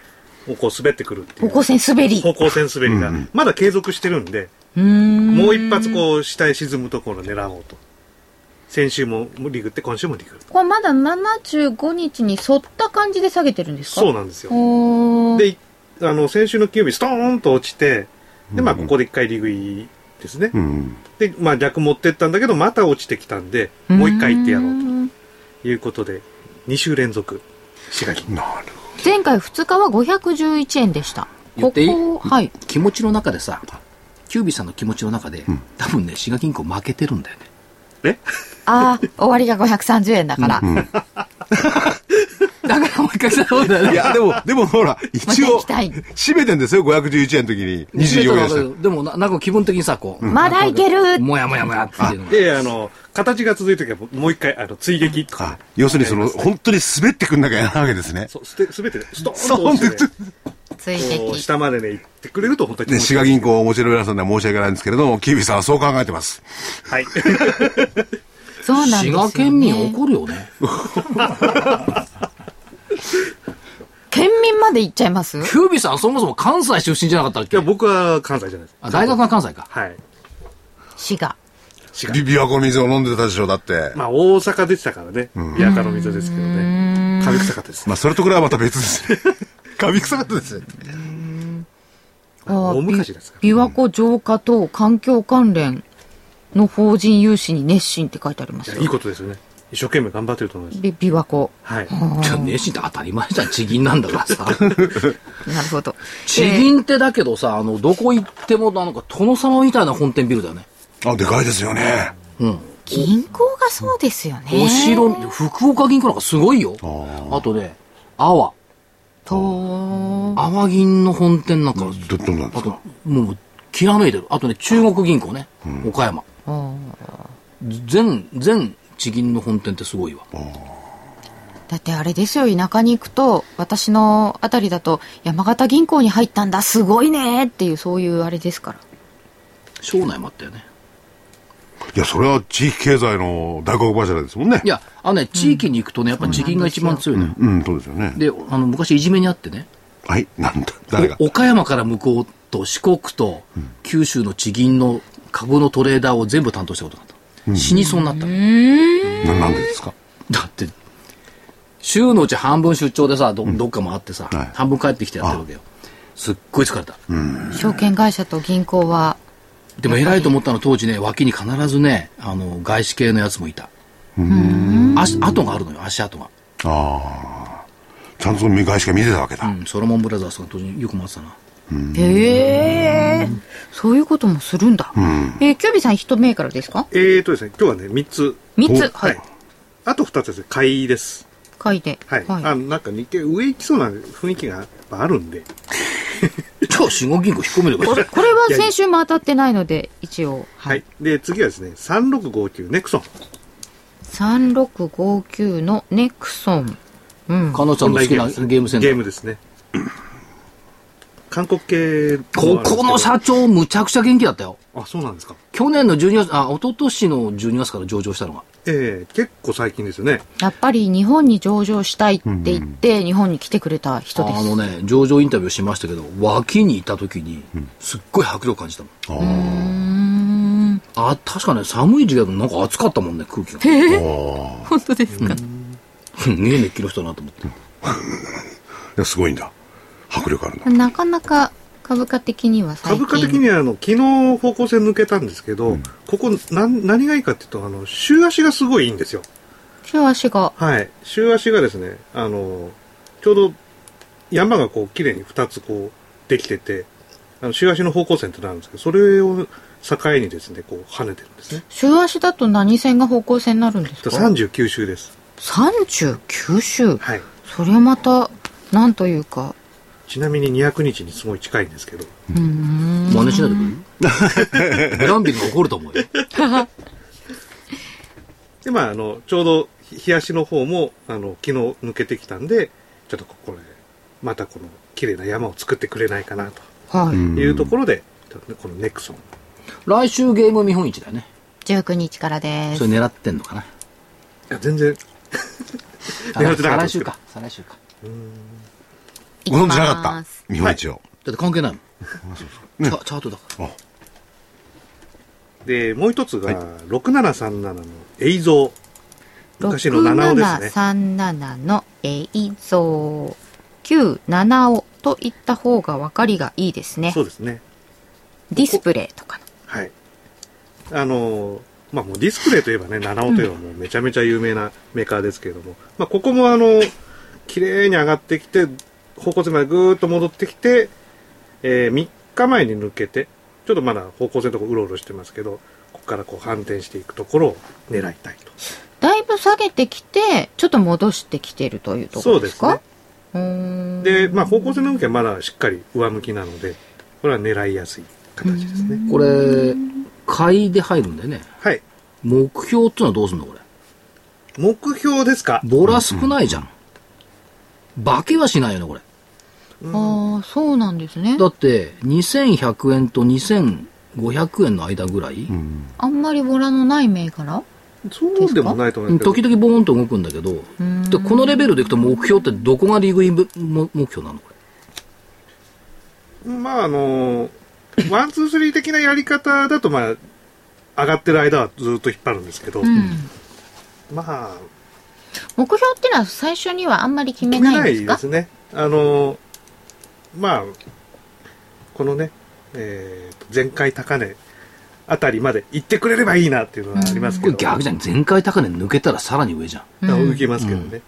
Speaker 4: をこう、滑ってくるってい
Speaker 1: 方
Speaker 4: う。
Speaker 1: 向線滑り
Speaker 4: 方向線滑りが、まだ継続してるんで、
Speaker 1: うーん
Speaker 4: もう一発、こう、下へ沈むところを狙おうと。先週もリグって、今週もリグる。
Speaker 1: これまだ75日に沿った感じで下げてるんですか
Speaker 4: そう
Speaker 1: う
Speaker 4: なんですよ。
Speaker 1: おー
Speaker 4: で、あの、先週の金曜日、ストーンと落ちて、で、まあ、ここで一回利食いですね。
Speaker 5: うん。
Speaker 4: で、まあ、逆持ってったんだけど、また落ちてきたんで、もう一回行ってやろう
Speaker 1: ーん
Speaker 4: ということで、2週連続、滋賀銀。
Speaker 5: なる
Speaker 1: 前回2日は511円でした
Speaker 2: 言っていい
Speaker 1: ここはい
Speaker 2: 気持ちの中でさ、キュービーさんの気持ちの中で、多分ね、滋賀銀行負けてるんだよね。
Speaker 1: ああ終わりが530円だから、
Speaker 2: だからもう一回した方だよ
Speaker 5: ほど。い
Speaker 2: ね。
Speaker 5: や、でも、でもほら、一応、
Speaker 1: また行きたい
Speaker 5: 締めてんですよ、511円の時に。24円でし
Speaker 2: でもな、なんか気分的にさ、こう。
Speaker 1: まだいける
Speaker 2: もやもやもやっていうのが。
Speaker 4: で、あの、形が続いた時は、もう一回、あの、追撃と
Speaker 5: た。あ
Speaker 4: か。
Speaker 5: 要するにその、本当に滑ってくんなきゃやらないわけですね。
Speaker 4: そう、すて、すべて、ストーンと落ちてね、
Speaker 1: 追
Speaker 4: こう
Speaker 1: 撃
Speaker 4: 下までね、行ってくれると、本当に気
Speaker 5: ね、
Speaker 4: 持ちい
Speaker 5: 滋
Speaker 4: い。
Speaker 5: 賀銀行をお持ちの皆さんには申し訳ないんですけれども、キービーさんはそう考えてます。
Speaker 4: はい。
Speaker 1: そうなんです
Speaker 2: 滋
Speaker 1: よ、ね。
Speaker 2: 賀県民怒るよね。
Speaker 1: 県民まで行っちゃいます
Speaker 2: キュービーさんそもそも関西出身じゃなかったっ
Speaker 4: い
Speaker 2: け
Speaker 4: や、僕は関西じゃないです。
Speaker 2: あ大学が関西か。
Speaker 4: はい。
Speaker 1: 滋賀。
Speaker 4: 違う
Speaker 5: ビビアコ水を飲んでたでしょ、だって。
Speaker 4: まあ、大阪でしたからね。ビアカの水ですけどね。上草かったです。
Speaker 5: まあ、それとこれはまた別ですね。髪臭かったですね。
Speaker 1: あー
Speaker 4: 大昔ですか
Speaker 1: び琵琶湖浄化と環境関連の法人有志に熱心って書いてありま
Speaker 4: い
Speaker 1: す
Speaker 4: や
Speaker 1: よ。
Speaker 4: いいことですよね。一生懸命頑張ってると思います。
Speaker 1: び琵琶湖。
Speaker 4: はい。
Speaker 2: じゃあ熱心って当たり前じゃん。地銀なんだからさ。
Speaker 1: なるほど。
Speaker 2: 地
Speaker 1: えー
Speaker 2: 銀ってだけどさ、あの、どこ行ってもなんか殿様みたいな本店ビルだよね。
Speaker 5: あ、でかいですよね。
Speaker 1: 銀行がそうですよね。
Speaker 2: お城、福岡銀行なんかすごいよ。あとね、阿波。
Speaker 1: と、
Speaker 2: 阿波銀の本店なんか、
Speaker 5: ど、どんなんで
Speaker 2: あ
Speaker 5: すか
Speaker 2: と、もう、きらめいてる。あとね、中国銀行ね。岡山。全、全地銀の本店ってすごいわ。
Speaker 1: だってあれですよ、田舎に行くと、私のあたりだと、山形銀行に入ったんだ、すごいねっていう、そういうあれですから。
Speaker 2: 省内もあったよね。
Speaker 5: いや、それは地域経済の大黒柱ですもんね
Speaker 2: い。や、あのね、地域に行くとね、やっぱ地銀が一番強いのよ。
Speaker 5: うん、そうですよね。
Speaker 2: で、あの、昔いじめにあってね、
Speaker 5: はい、なんだ、誰が
Speaker 2: お。岡山から向こうと四国と九州の地銀の株のトレーダーを全部担当したことがあった。死にそうになったの。
Speaker 5: ななんでですか
Speaker 2: だって、週のうち半分出張でさ、どどっか回ってさ、
Speaker 5: はい
Speaker 2: 半分帰ってきてやってるわけよ。すっごい疲れた。
Speaker 1: 証券会社と銀行は、
Speaker 2: でも偉いと思ったの当時ね、脇に必ずね、あの、外資系のやつもいた。足、跡があるのよ、足跡が。
Speaker 5: ああ。ちゃんとその見返しが見てたわけだ。
Speaker 2: うん、ソロモンブラザーズが当時よく回ってたな。
Speaker 1: へえ、そういうこともするんだ。えーキュービーさん一名からですか
Speaker 4: えーとですね、今日はね、3つ。
Speaker 1: 三つ、
Speaker 4: は
Speaker 1: はいい。。
Speaker 4: あと2つですね、買いです。
Speaker 1: 書いて。
Speaker 4: はい。あの、なんか日経上行きそうな雰囲気がやっぱあるんで。
Speaker 2: じゃあ、信号銀行引っ込めればいいじゃん
Speaker 1: これは先週も当たってないので、一応。
Speaker 4: はい。で、次はですね、3659ネクソン。
Speaker 1: 3659のネクソン。うん。
Speaker 2: 彼女さんの好きなゲームセンタ
Speaker 4: ゲー
Speaker 2: ー。
Speaker 4: ムですね。韓国系
Speaker 2: ここの社長、むちゃくちゃ元気だったよ。
Speaker 4: あ、そうなんですか。
Speaker 2: 去年の12月、あ、一昨年の12月から上場したのが。
Speaker 4: ええ結構最近ですよね。
Speaker 1: やっぱり日本に上場したいって言って、日本に来てくれた人で
Speaker 2: あの
Speaker 1: す。
Speaker 2: ね、上場インタビューしましたけど、脇にいた時に、すっごい迫力感じたもん。ああ。確かね、寒い時期だとなんか暑かったもんね、空気が。ね
Speaker 1: 本当ですか。
Speaker 2: え 熱気の人だなと思って。
Speaker 5: いや、すごいんだ。迫力あるな。
Speaker 1: なかなか株価的には最近。
Speaker 4: 株価的にはあの昨日方向性抜けたんですけど、ここなん何がいいかっていうとあの週足がすごいいいんですよ。
Speaker 1: 週足が。
Speaker 4: はい。週足がですね、あのちょうど山がこう綺麗に2つこうできてて、あの週足の方向線ってなるんですけど、それを境にですね、こう跳ねてるんですね。
Speaker 1: 週足だと何線が方向線になるんですか
Speaker 4: 39週です。
Speaker 1: 39週。
Speaker 4: はい。
Speaker 1: それまた、なんというか。
Speaker 4: ちなみに200日にすごい近いんですけど、
Speaker 2: 真似しないでく れるグランビルが怒ると思うよ。
Speaker 4: で、まあ、あの、ちょうど、日足の方も、あの、昨日抜けてきたんで、ちょっとここで、またこの、綺麗な山を作ってくれないかな、
Speaker 1: はい。
Speaker 4: というところで、ちょっとねこのネクソン。
Speaker 2: 来週ゲーム見本市だよね。
Speaker 1: 19日からで
Speaker 2: そ
Speaker 1: す。
Speaker 2: れ狙ってんのかな。
Speaker 4: いや、全然、狙ってなかった
Speaker 2: 再
Speaker 4: で
Speaker 2: 来
Speaker 4: す
Speaker 2: 週
Speaker 4: けど
Speaker 2: か。再来週か。
Speaker 5: ご存知なか
Speaker 1: いきま
Speaker 5: っ
Speaker 1: す
Speaker 5: た。見本市を。
Speaker 2: だって関係ないもん。チャチャートだから。
Speaker 4: で、もう一つが、6737の映像。昔の七尾ですね。
Speaker 1: 6737の映像9七尾といった方が分かりがいいですね
Speaker 4: そうですね。
Speaker 1: ディスプレイとかの
Speaker 4: はい。あのーまあもうディスプレイといえばね、七尾といえばもうめちゃめちゃ有名なメーカーですけれども、まあここもあの、綺麗に上がってきて、方向性までぐーっと戻ってきて、え3日前に抜けて、ちょっとまだ方向性のとこうろうろしてますけど、ここからこう反転していくところを狙いたい
Speaker 1: だいぶ下げてきてちょっと戻してきてるという
Speaker 4: と。
Speaker 1: とこ
Speaker 4: そう
Speaker 1: ろ
Speaker 4: で
Speaker 1: ですすか
Speaker 4: ね。
Speaker 1: うーん
Speaker 4: で、まあ方向性の向きはまだしっかり上向きなので、これは狙いやすい形ですね。
Speaker 2: これ、買いで入るんだよね。
Speaker 4: はい。
Speaker 2: 目標ってのはどうすんのこれ。
Speaker 4: 目標ですか
Speaker 2: ボラ少ないじゃん。化けはしないよね、これ。
Speaker 1: ああそうなんですね
Speaker 2: だって、2100円と2500円の間ぐらい、
Speaker 1: あんまりボラのない銘柄
Speaker 4: そうでもないと思
Speaker 2: う
Speaker 4: い
Speaker 2: ん
Speaker 4: ますけ
Speaker 2: 時
Speaker 4: ど、
Speaker 2: 々ボーンと動くんだけど、でこのレベルでいくと目標ってどこがリーグインぶも目標なのこれ
Speaker 4: まああのーワンツースリー的なやり方だとまあ上がってる間はずっと引っ張るんですけど、
Speaker 1: うん
Speaker 4: まあ
Speaker 1: 目標っていうのは最初にはあんまり決め
Speaker 4: 決
Speaker 1: な
Speaker 4: め
Speaker 1: いんです
Speaker 4: ないで
Speaker 1: か
Speaker 4: すね。あの、まあ、このね、えーと前回高値あたりまで行ってくれればいいなっていうのはあります
Speaker 2: こ
Speaker 4: け
Speaker 2: れ
Speaker 4: ど、
Speaker 2: 逆じゃん前回高値抜けたらさらに上じゃん
Speaker 1: う
Speaker 4: あ
Speaker 1: ん
Speaker 4: 浮きますけどね。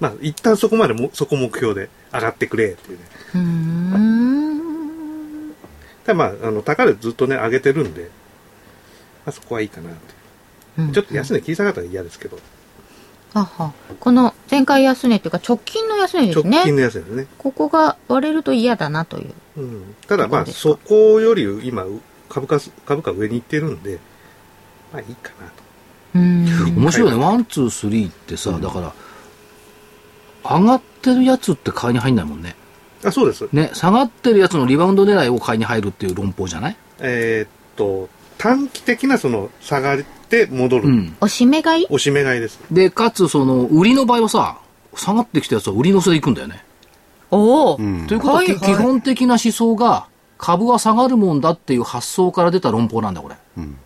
Speaker 4: まあ、一旦そこまでも、そこ目標で上がってくれっていうね。
Speaker 1: うーん
Speaker 4: ただまあ、あの、高値ずっとね、上げてるんで、まあそこはいいかなっていう
Speaker 1: うん
Speaker 4: ちょっと安値切り下がったら嫌ですけど、
Speaker 1: ははこの前回安値というか直近の安値です
Speaker 4: 直
Speaker 1: ね
Speaker 4: 近の安値ですね。
Speaker 1: ここが割れると嫌だなという
Speaker 4: うん、ただまあ
Speaker 1: どうですか
Speaker 4: そこより今株価す株価上に行ってるんでまあいいかなと
Speaker 1: うーん
Speaker 2: 面白いねワンツースリーってさ、だから上がってるやつって買いに入んないもんね
Speaker 4: あそうです
Speaker 2: ね下がってるやつのリバウンド狙いを買いに入るっていう論法じゃない
Speaker 4: えーっと短期的なその下がって戻る、
Speaker 2: うん
Speaker 1: おしめ買い
Speaker 4: おしめ買いです
Speaker 2: でかつその売りの場合はさ下がってきたやつは売りのせでいくんだよね
Speaker 1: おお、
Speaker 5: うん
Speaker 2: ということは、
Speaker 1: はい
Speaker 2: き
Speaker 1: はい
Speaker 2: 基本的な思想が株は下がるもんだっていう発想から出た論法なんだこれ
Speaker 5: うん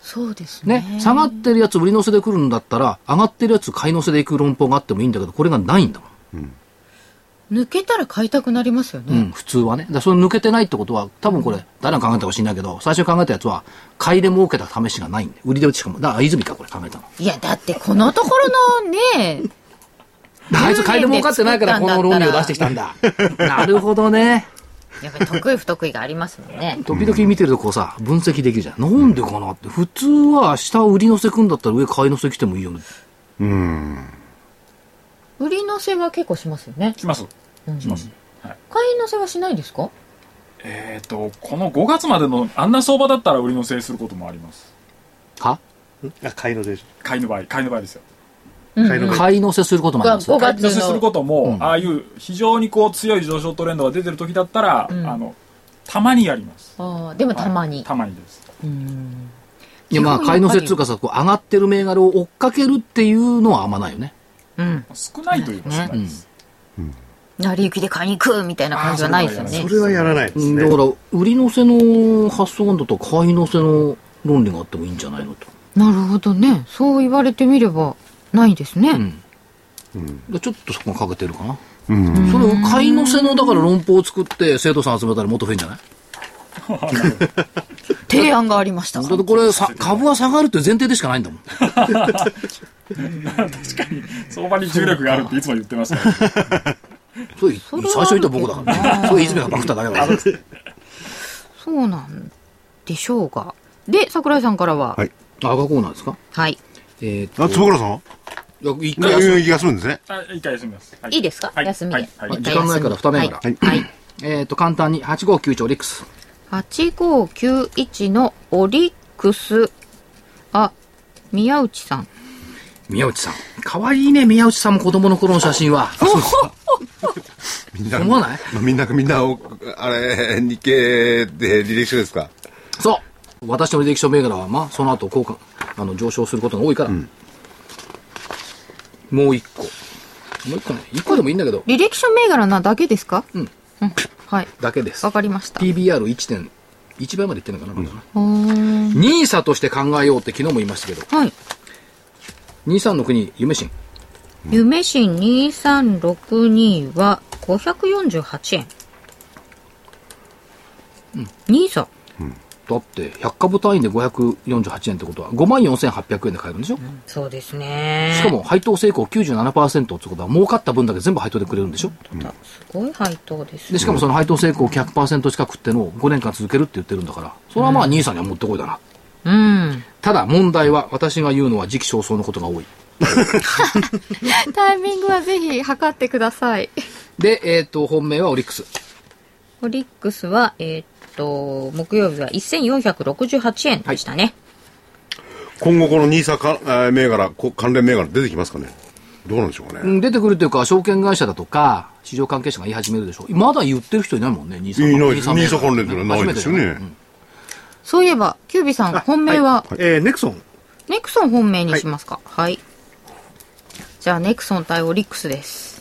Speaker 1: そうですね
Speaker 2: ね下がってるやつ売りのせで来るんだったら上がってるやつ買いのせでいく論法があってもいいんだけどこれがないんだもん
Speaker 1: 抜けたら買いたくなりますよね、
Speaker 2: うん、普通はね。だからそれ抜けてないってことは、多分これ、誰が考えたか知んないけど、最初に考えたやつは、買いで儲けた試しがないんで、売りでしかも、だから泉か、これ考えたの。
Speaker 1: いやだってこのところのね
Speaker 2: あいつ買いで儲かってないから、この論理を出してきたんだ。 なるほどね。
Speaker 1: やっぱり得意不得意がありますもんね
Speaker 2: 時々見てるとこうさ、分析できるじゃん。なんでかなって、普通は下売りのせくんだったら上買いのせ来てもいいよね。
Speaker 5: うん。
Speaker 1: 売りのせは結構しますよね
Speaker 3: します。します。
Speaker 1: 買いのせはしないですか
Speaker 3: えっ、と、この5月までのあんな相場だったら売りのせいすることもあります。
Speaker 2: は
Speaker 4: んあ買いのでし
Speaker 3: 買いの場合、買いの場合ですよ。
Speaker 4: 買いの
Speaker 2: 買いのせすることもあります。
Speaker 1: 5
Speaker 3: 買い
Speaker 1: 月
Speaker 3: 乗せする
Speaker 1: の
Speaker 3: ことも、ああいう非常にこう強い上昇トレンドが出てる時だったら、
Speaker 1: うん
Speaker 3: あの、たまにやります。
Speaker 1: ああでもたま
Speaker 3: は
Speaker 1: に、
Speaker 3: いたまにです。
Speaker 1: うん
Speaker 2: いや、まあ、
Speaker 1: 基
Speaker 2: 買
Speaker 1: 本やっぱり
Speaker 2: いのせっていうかさ、こう上がってる銘柄を追っかけるっていうのはあんまないよね。
Speaker 1: うん
Speaker 3: 少ないといえば少ないです。
Speaker 1: 成り行きで買いに行くみたいな感じはないですよ
Speaker 3: あー
Speaker 4: ょ
Speaker 1: ね
Speaker 4: それはやらないで
Speaker 2: う
Speaker 4: す
Speaker 2: ん
Speaker 4: ね
Speaker 2: だから、売りのせの発想なんだったら、買いのせの論理があってもいいんじゃないのと。
Speaker 1: なるほどねそう言われてみればないですね、
Speaker 2: でちょっとそこが欠けてるかな。
Speaker 5: うん。
Speaker 2: それを買いのせの、だから論法を作って生徒さん集めたらもっと増えんじゃない
Speaker 1: 提案がありました
Speaker 2: だってこれさ、株は下がるっていう前提でしかないんだもん。
Speaker 3: 相場に重力があるっていつも言ってますから、ね、
Speaker 2: それ最
Speaker 1: れは
Speaker 2: 初言った僕だからね。それ泉がバクっただけだから。
Speaker 1: そうなんでしょうがで桜井さんからは
Speaker 5: は
Speaker 1: はいい、
Speaker 2: 赤コーナーですかえーっ
Speaker 5: あ、坪倉さんは
Speaker 2: と、一
Speaker 5: い
Speaker 2: 回
Speaker 5: や
Speaker 2: 休む
Speaker 5: いや休むんですね。
Speaker 3: あ一回休みます。はい
Speaker 1: いいですか、
Speaker 3: はい
Speaker 1: 休み
Speaker 3: は
Speaker 1: で、
Speaker 3: いはい
Speaker 1: 一回
Speaker 2: 時間ないから二銘柄
Speaker 1: はい、はい
Speaker 2: えーっと、簡単に、8591オリックス。
Speaker 1: 8591のオリックスあ宮内さん
Speaker 2: 宮内さん。かわいいね、宮内さんも子供の頃の写真 は。
Speaker 5: みんな、
Speaker 2: 思わない
Speaker 5: みんな、みんな、おあれ、日経で履歴書ですか。
Speaker 2: そう私の履歴書銘柄は、まあ、その後効果あの上昇することが多いから、もう一個もう一個ね一個でもいいんだけど
Speaker 1: 履歴書銘柄なだけですかうん、はい
Speaker 2: だけです
Speaker 1: わかりました
Speaker 2: PBR1.1 倍までいってるのかな、まだな
Speaker 1: うーん
Speaker 2: NISA として考えようって昨日も言いましたけど
Speaker 1: はい
Speaker 2: 23の国夢新
Speaker 1: 夢新2362は548円。ニーサ
Speaker 2: だって100株単位で548円ってことは5万4800円で買えるんでしょ、
Speaker 1: そうですね。
Speaker 2: しかも配当成功97%ってことは儲かった分だけ全部配当でくれるんでしょ、
Speaker 1: すごい配当です
Speaker 2: で
Speaker 1: ね。
Speaker 2: しかもその配当成功100%近くってのを5年間続けるって言ってるんだからそれはまあ NISA には持ってこいだな、
Speaker 1: うん。
Speaker 2: ただ問題は私が言うのは時期尚早のことが多い。
Speaker 1: タイミングはぜひ測ってください。
Speaker 2: で、えっ、と、本命はオリックス。
Speaker 1: オリックスは、えーっと、木曜日は1468円でしたね。
Speaker 5: 今後このニーサか、えー銘柄、こ関連銘柄出てきますかね。どうなんでしょうか
Speaker 2: う
Speaker 5: ね。
Speaker 2: ん、出てくるというか、証券会社だとか、市場関係者が言い始めるでしょう。まだ言ってる人いないもんね、ニーサ
Speaker 5: いないです。ニーサ関連っていうのはないですよね。
Speaker 1: そういえば、キュービさん、本命は、
Speaker 4: えーネクソン
Speaker 1: ネクソン本命にしますか。はい。じゃあ、ネクソン対オリックスです。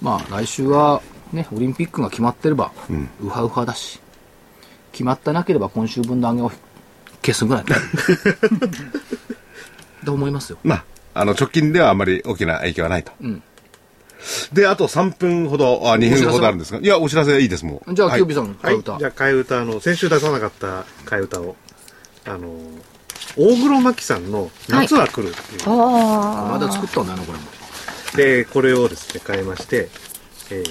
Speaker 2: まあ来週はねオリンピックが決まってれば、うはうはだし決まってなければ今週分の上げを消すぐら いと思いますよ
Speaker 5: まあ、あの、直近ではあまり大きな影響はないと。で、あと3分ほど、あ、2分ほどあるんですが、いや、お知らせいいです、もう。
Speaker 2: じゃあ
Speaker 5: はい
Speaker 2: キュービーさん
Speaker 4: は
Speaker 2: 買。
Speaker 4: いう
Speaker 2: 歌、
Speaker 4: じゃあ、替え歌、あの、先週出さなかった替え歌を、あの、大黒摩季さんの夏は来るっていう、
Speaker 2: ま
Speaker 1: あ
Speaker 2: だ作ったんだよなこれも
Speaker 4: で、これをですね、変えまして、えー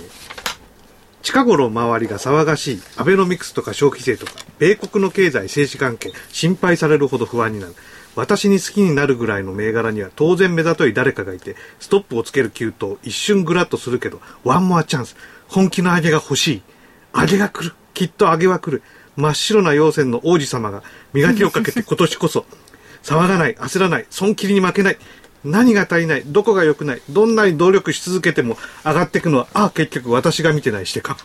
Speaker 4: 近頃周りが騒がしい、アベノミクスとか消費税とか、米国の経済、政治関係、心配されるほど不安になる。私に好きになるぐらいの銘柄には当然目ざとい誰かがいて、ストップをつける急騰、一瞬ぐらっとするけど、ワンモアチャンス。本気の上げが欲しい。上げが来る。きっと上げは来る。真っ白な妖船の王子様が磨きをかけて今年こそ、騒がない、焦らない、損切りに負けない。何が足りない、どこが良くない、どんなに努力し続けても上がっていくのは、ああ、結局私が見てないしてか。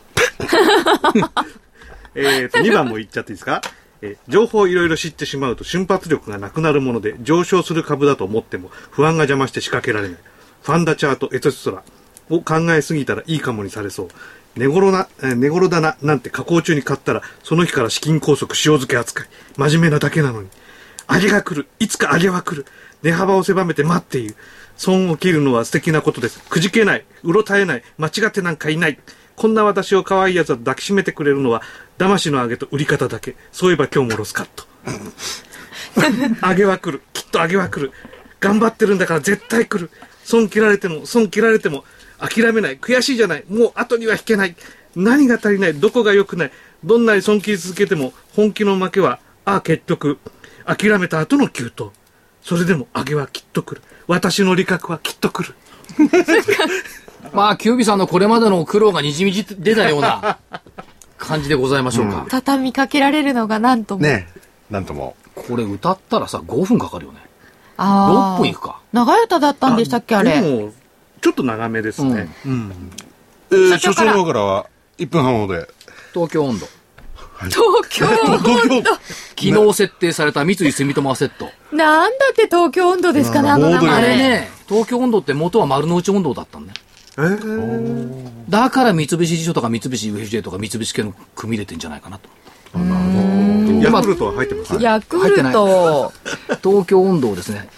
Speaker 4: えーと、2番も言っちゃっていいですか、えー情報をいろいろ知ってしまうと瞬発力がなくなるもので、上昇する株だと思っても不安が邪魔して仕掛けられない。ファンダチャート、エトストラを考えすぎたらいいかもにされそう。寝頃な、えー寝頃だな、なんて加工中に買ったら、その日から資金拘束、塩漬け扱い。真面目なだけなのに。上げが来る。いつか上げは来る。値幅を狭めて待っている。損を切るのは素敵なことです。くじけない。うろたえない。間違ってなんかいない。こんな私を可愛い奴は抱きしめてくれるのは、騙しの上げと売り方だけ。そういえば今日もロスカット。上げは来る。きっと上げは来る。頑張ってるんだから絶対来る。損切られても、損切られても、諦めない。悔しいじゃない。もう後には引けない。何が足りない。どこが良くない。どんなに損切り続けても、本気の負けは、ああ、結局、諦めた後の急騰。それでも、上げはきっと来る。私の理覚はきっと来る。
Speaker 2: まあキュービーさんのこれまでの苦労がにじみじ出たよう な感じでございましょうか、
Speaker 1: 畳みかけられるのがなんとも。
Speaker 5: ねなんとも。
Speaker 2: これ歌ったらさ5分かかるよね
Speaker 1: あ
Speaker 2: 6
Speaker 1: ー
Speaker 2: 分いくか
Speaker 1: 長い歌だったんでしたっけ、あれ。
Speaker 4: もう、ちょっと長めですね。
Speaker 5: えー、
Speaker 1: 所長
Speaker 5: 所
Speaker 1: か
Speaker 5: 長
Speaker 1: ら
Speaker 5: の方からは1分半ほどで。
Speaker 2: 東京温度
Speaker 1: 東 京、
Speaker 5: 東京、
Speaker 2: 昨日設定された三井住友アセット
Speaker 1: なんだって東京温度ですかね、あの名
Speaker 5: ボード
Speaker 2: あ
Speaker 5: に
Speaker 2: れ
Speaker 1: 前。
Speaker 2: ね、東京温度って元は丸の内温度だったんだよ。
Speaker 4: えー
Speaker 2: だから三菱地所とか三菱 UFJ とか三菱系の組み入れてんじゃないかなと。
Speaker 4: ヤクルトは入ってますね。
Speaker 1: ヤクルト。
Speaker 2: 東京温度をですね、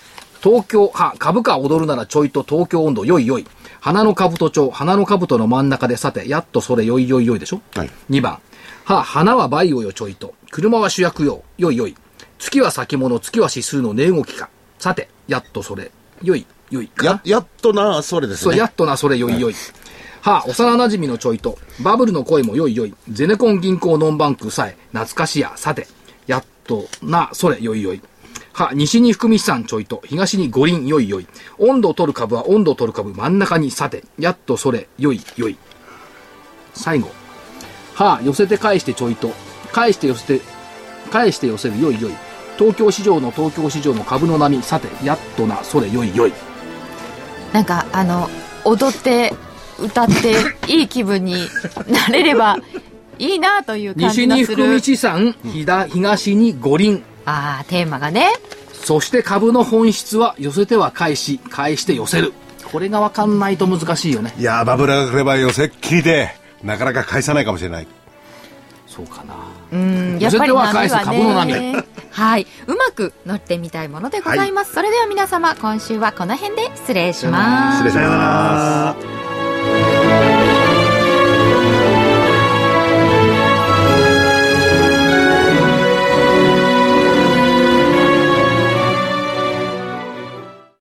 Speaker 2: 東京、は、株価踊るならちょいと東京温度、よいよい。花の兜町、花の兜の真ん中で、さて、やっとそれ、よいよいよいでしょ、
Speaker 5: はい
Speaker 2: 2番、は、花はバイオよちょいと、車は主役よ、よいよい。月は先物、月は指数の値動きか。さて、やっとそれ、よいよいかな
Speaker 5: や、やっとな、それです
Speaker 2: そう、
Speaker 5: ね。
Speaker 2: やっとな、それ、よいよい。はあ、幼馴染のちょいと、バブルの声もよいよい、ゼネコン銀行ノンバンクさえ、懐かしや、さて、やっとな、それ、よいよい。はあ、西に福見資産ちょいと、東に五輪よいよい、温度を取る株は温度を取る株、真ん中にさて、やっとそれ、よいよい。最後。はあ、寄せて返してちょいと、返して寄せて、返して寄せるよいよい、東京市場の東京市場の株の波、さて、やっとな、それ、よいよい。
Speaker 1: なんか、あの、踊って、歌って、 いい気分になれれば、いいなという感
Speaker 2: 西
Speaker 1: じが
Speaker 2: に
Speaker 1: す
Speaker 2: 福
Speaker 1: る
Speaker 2: 見。資産、ひだ東に五輪。
Speaker 1: ああ、テーマがね。
Speaker 2: そして株の本質は寄せては返し、返して寄せる。これがわかんないと難しいよね。
Speaker 5: いやー、バブルが来れば寄せっきりで、なかなか返さないかもしれない。
Speaker 2: そうかな。
Speaker 1: うん、や
Speaker 2: 寄
Speaker 1: っ
Speaker 2: せ
Speaker 1: ぱ
Speaker 2: て
Speaker 1: り
Speaker 2: は
Speaker 1: 波
Speaker 2: 返す株の
Speaker 1: は
Speaker 2: 波
Speaker 1: ね。はい、うまく乗ってみたいものでございます。それでは皆様、今週はこの辺で失礼します。
Speaker 5: 失礼します。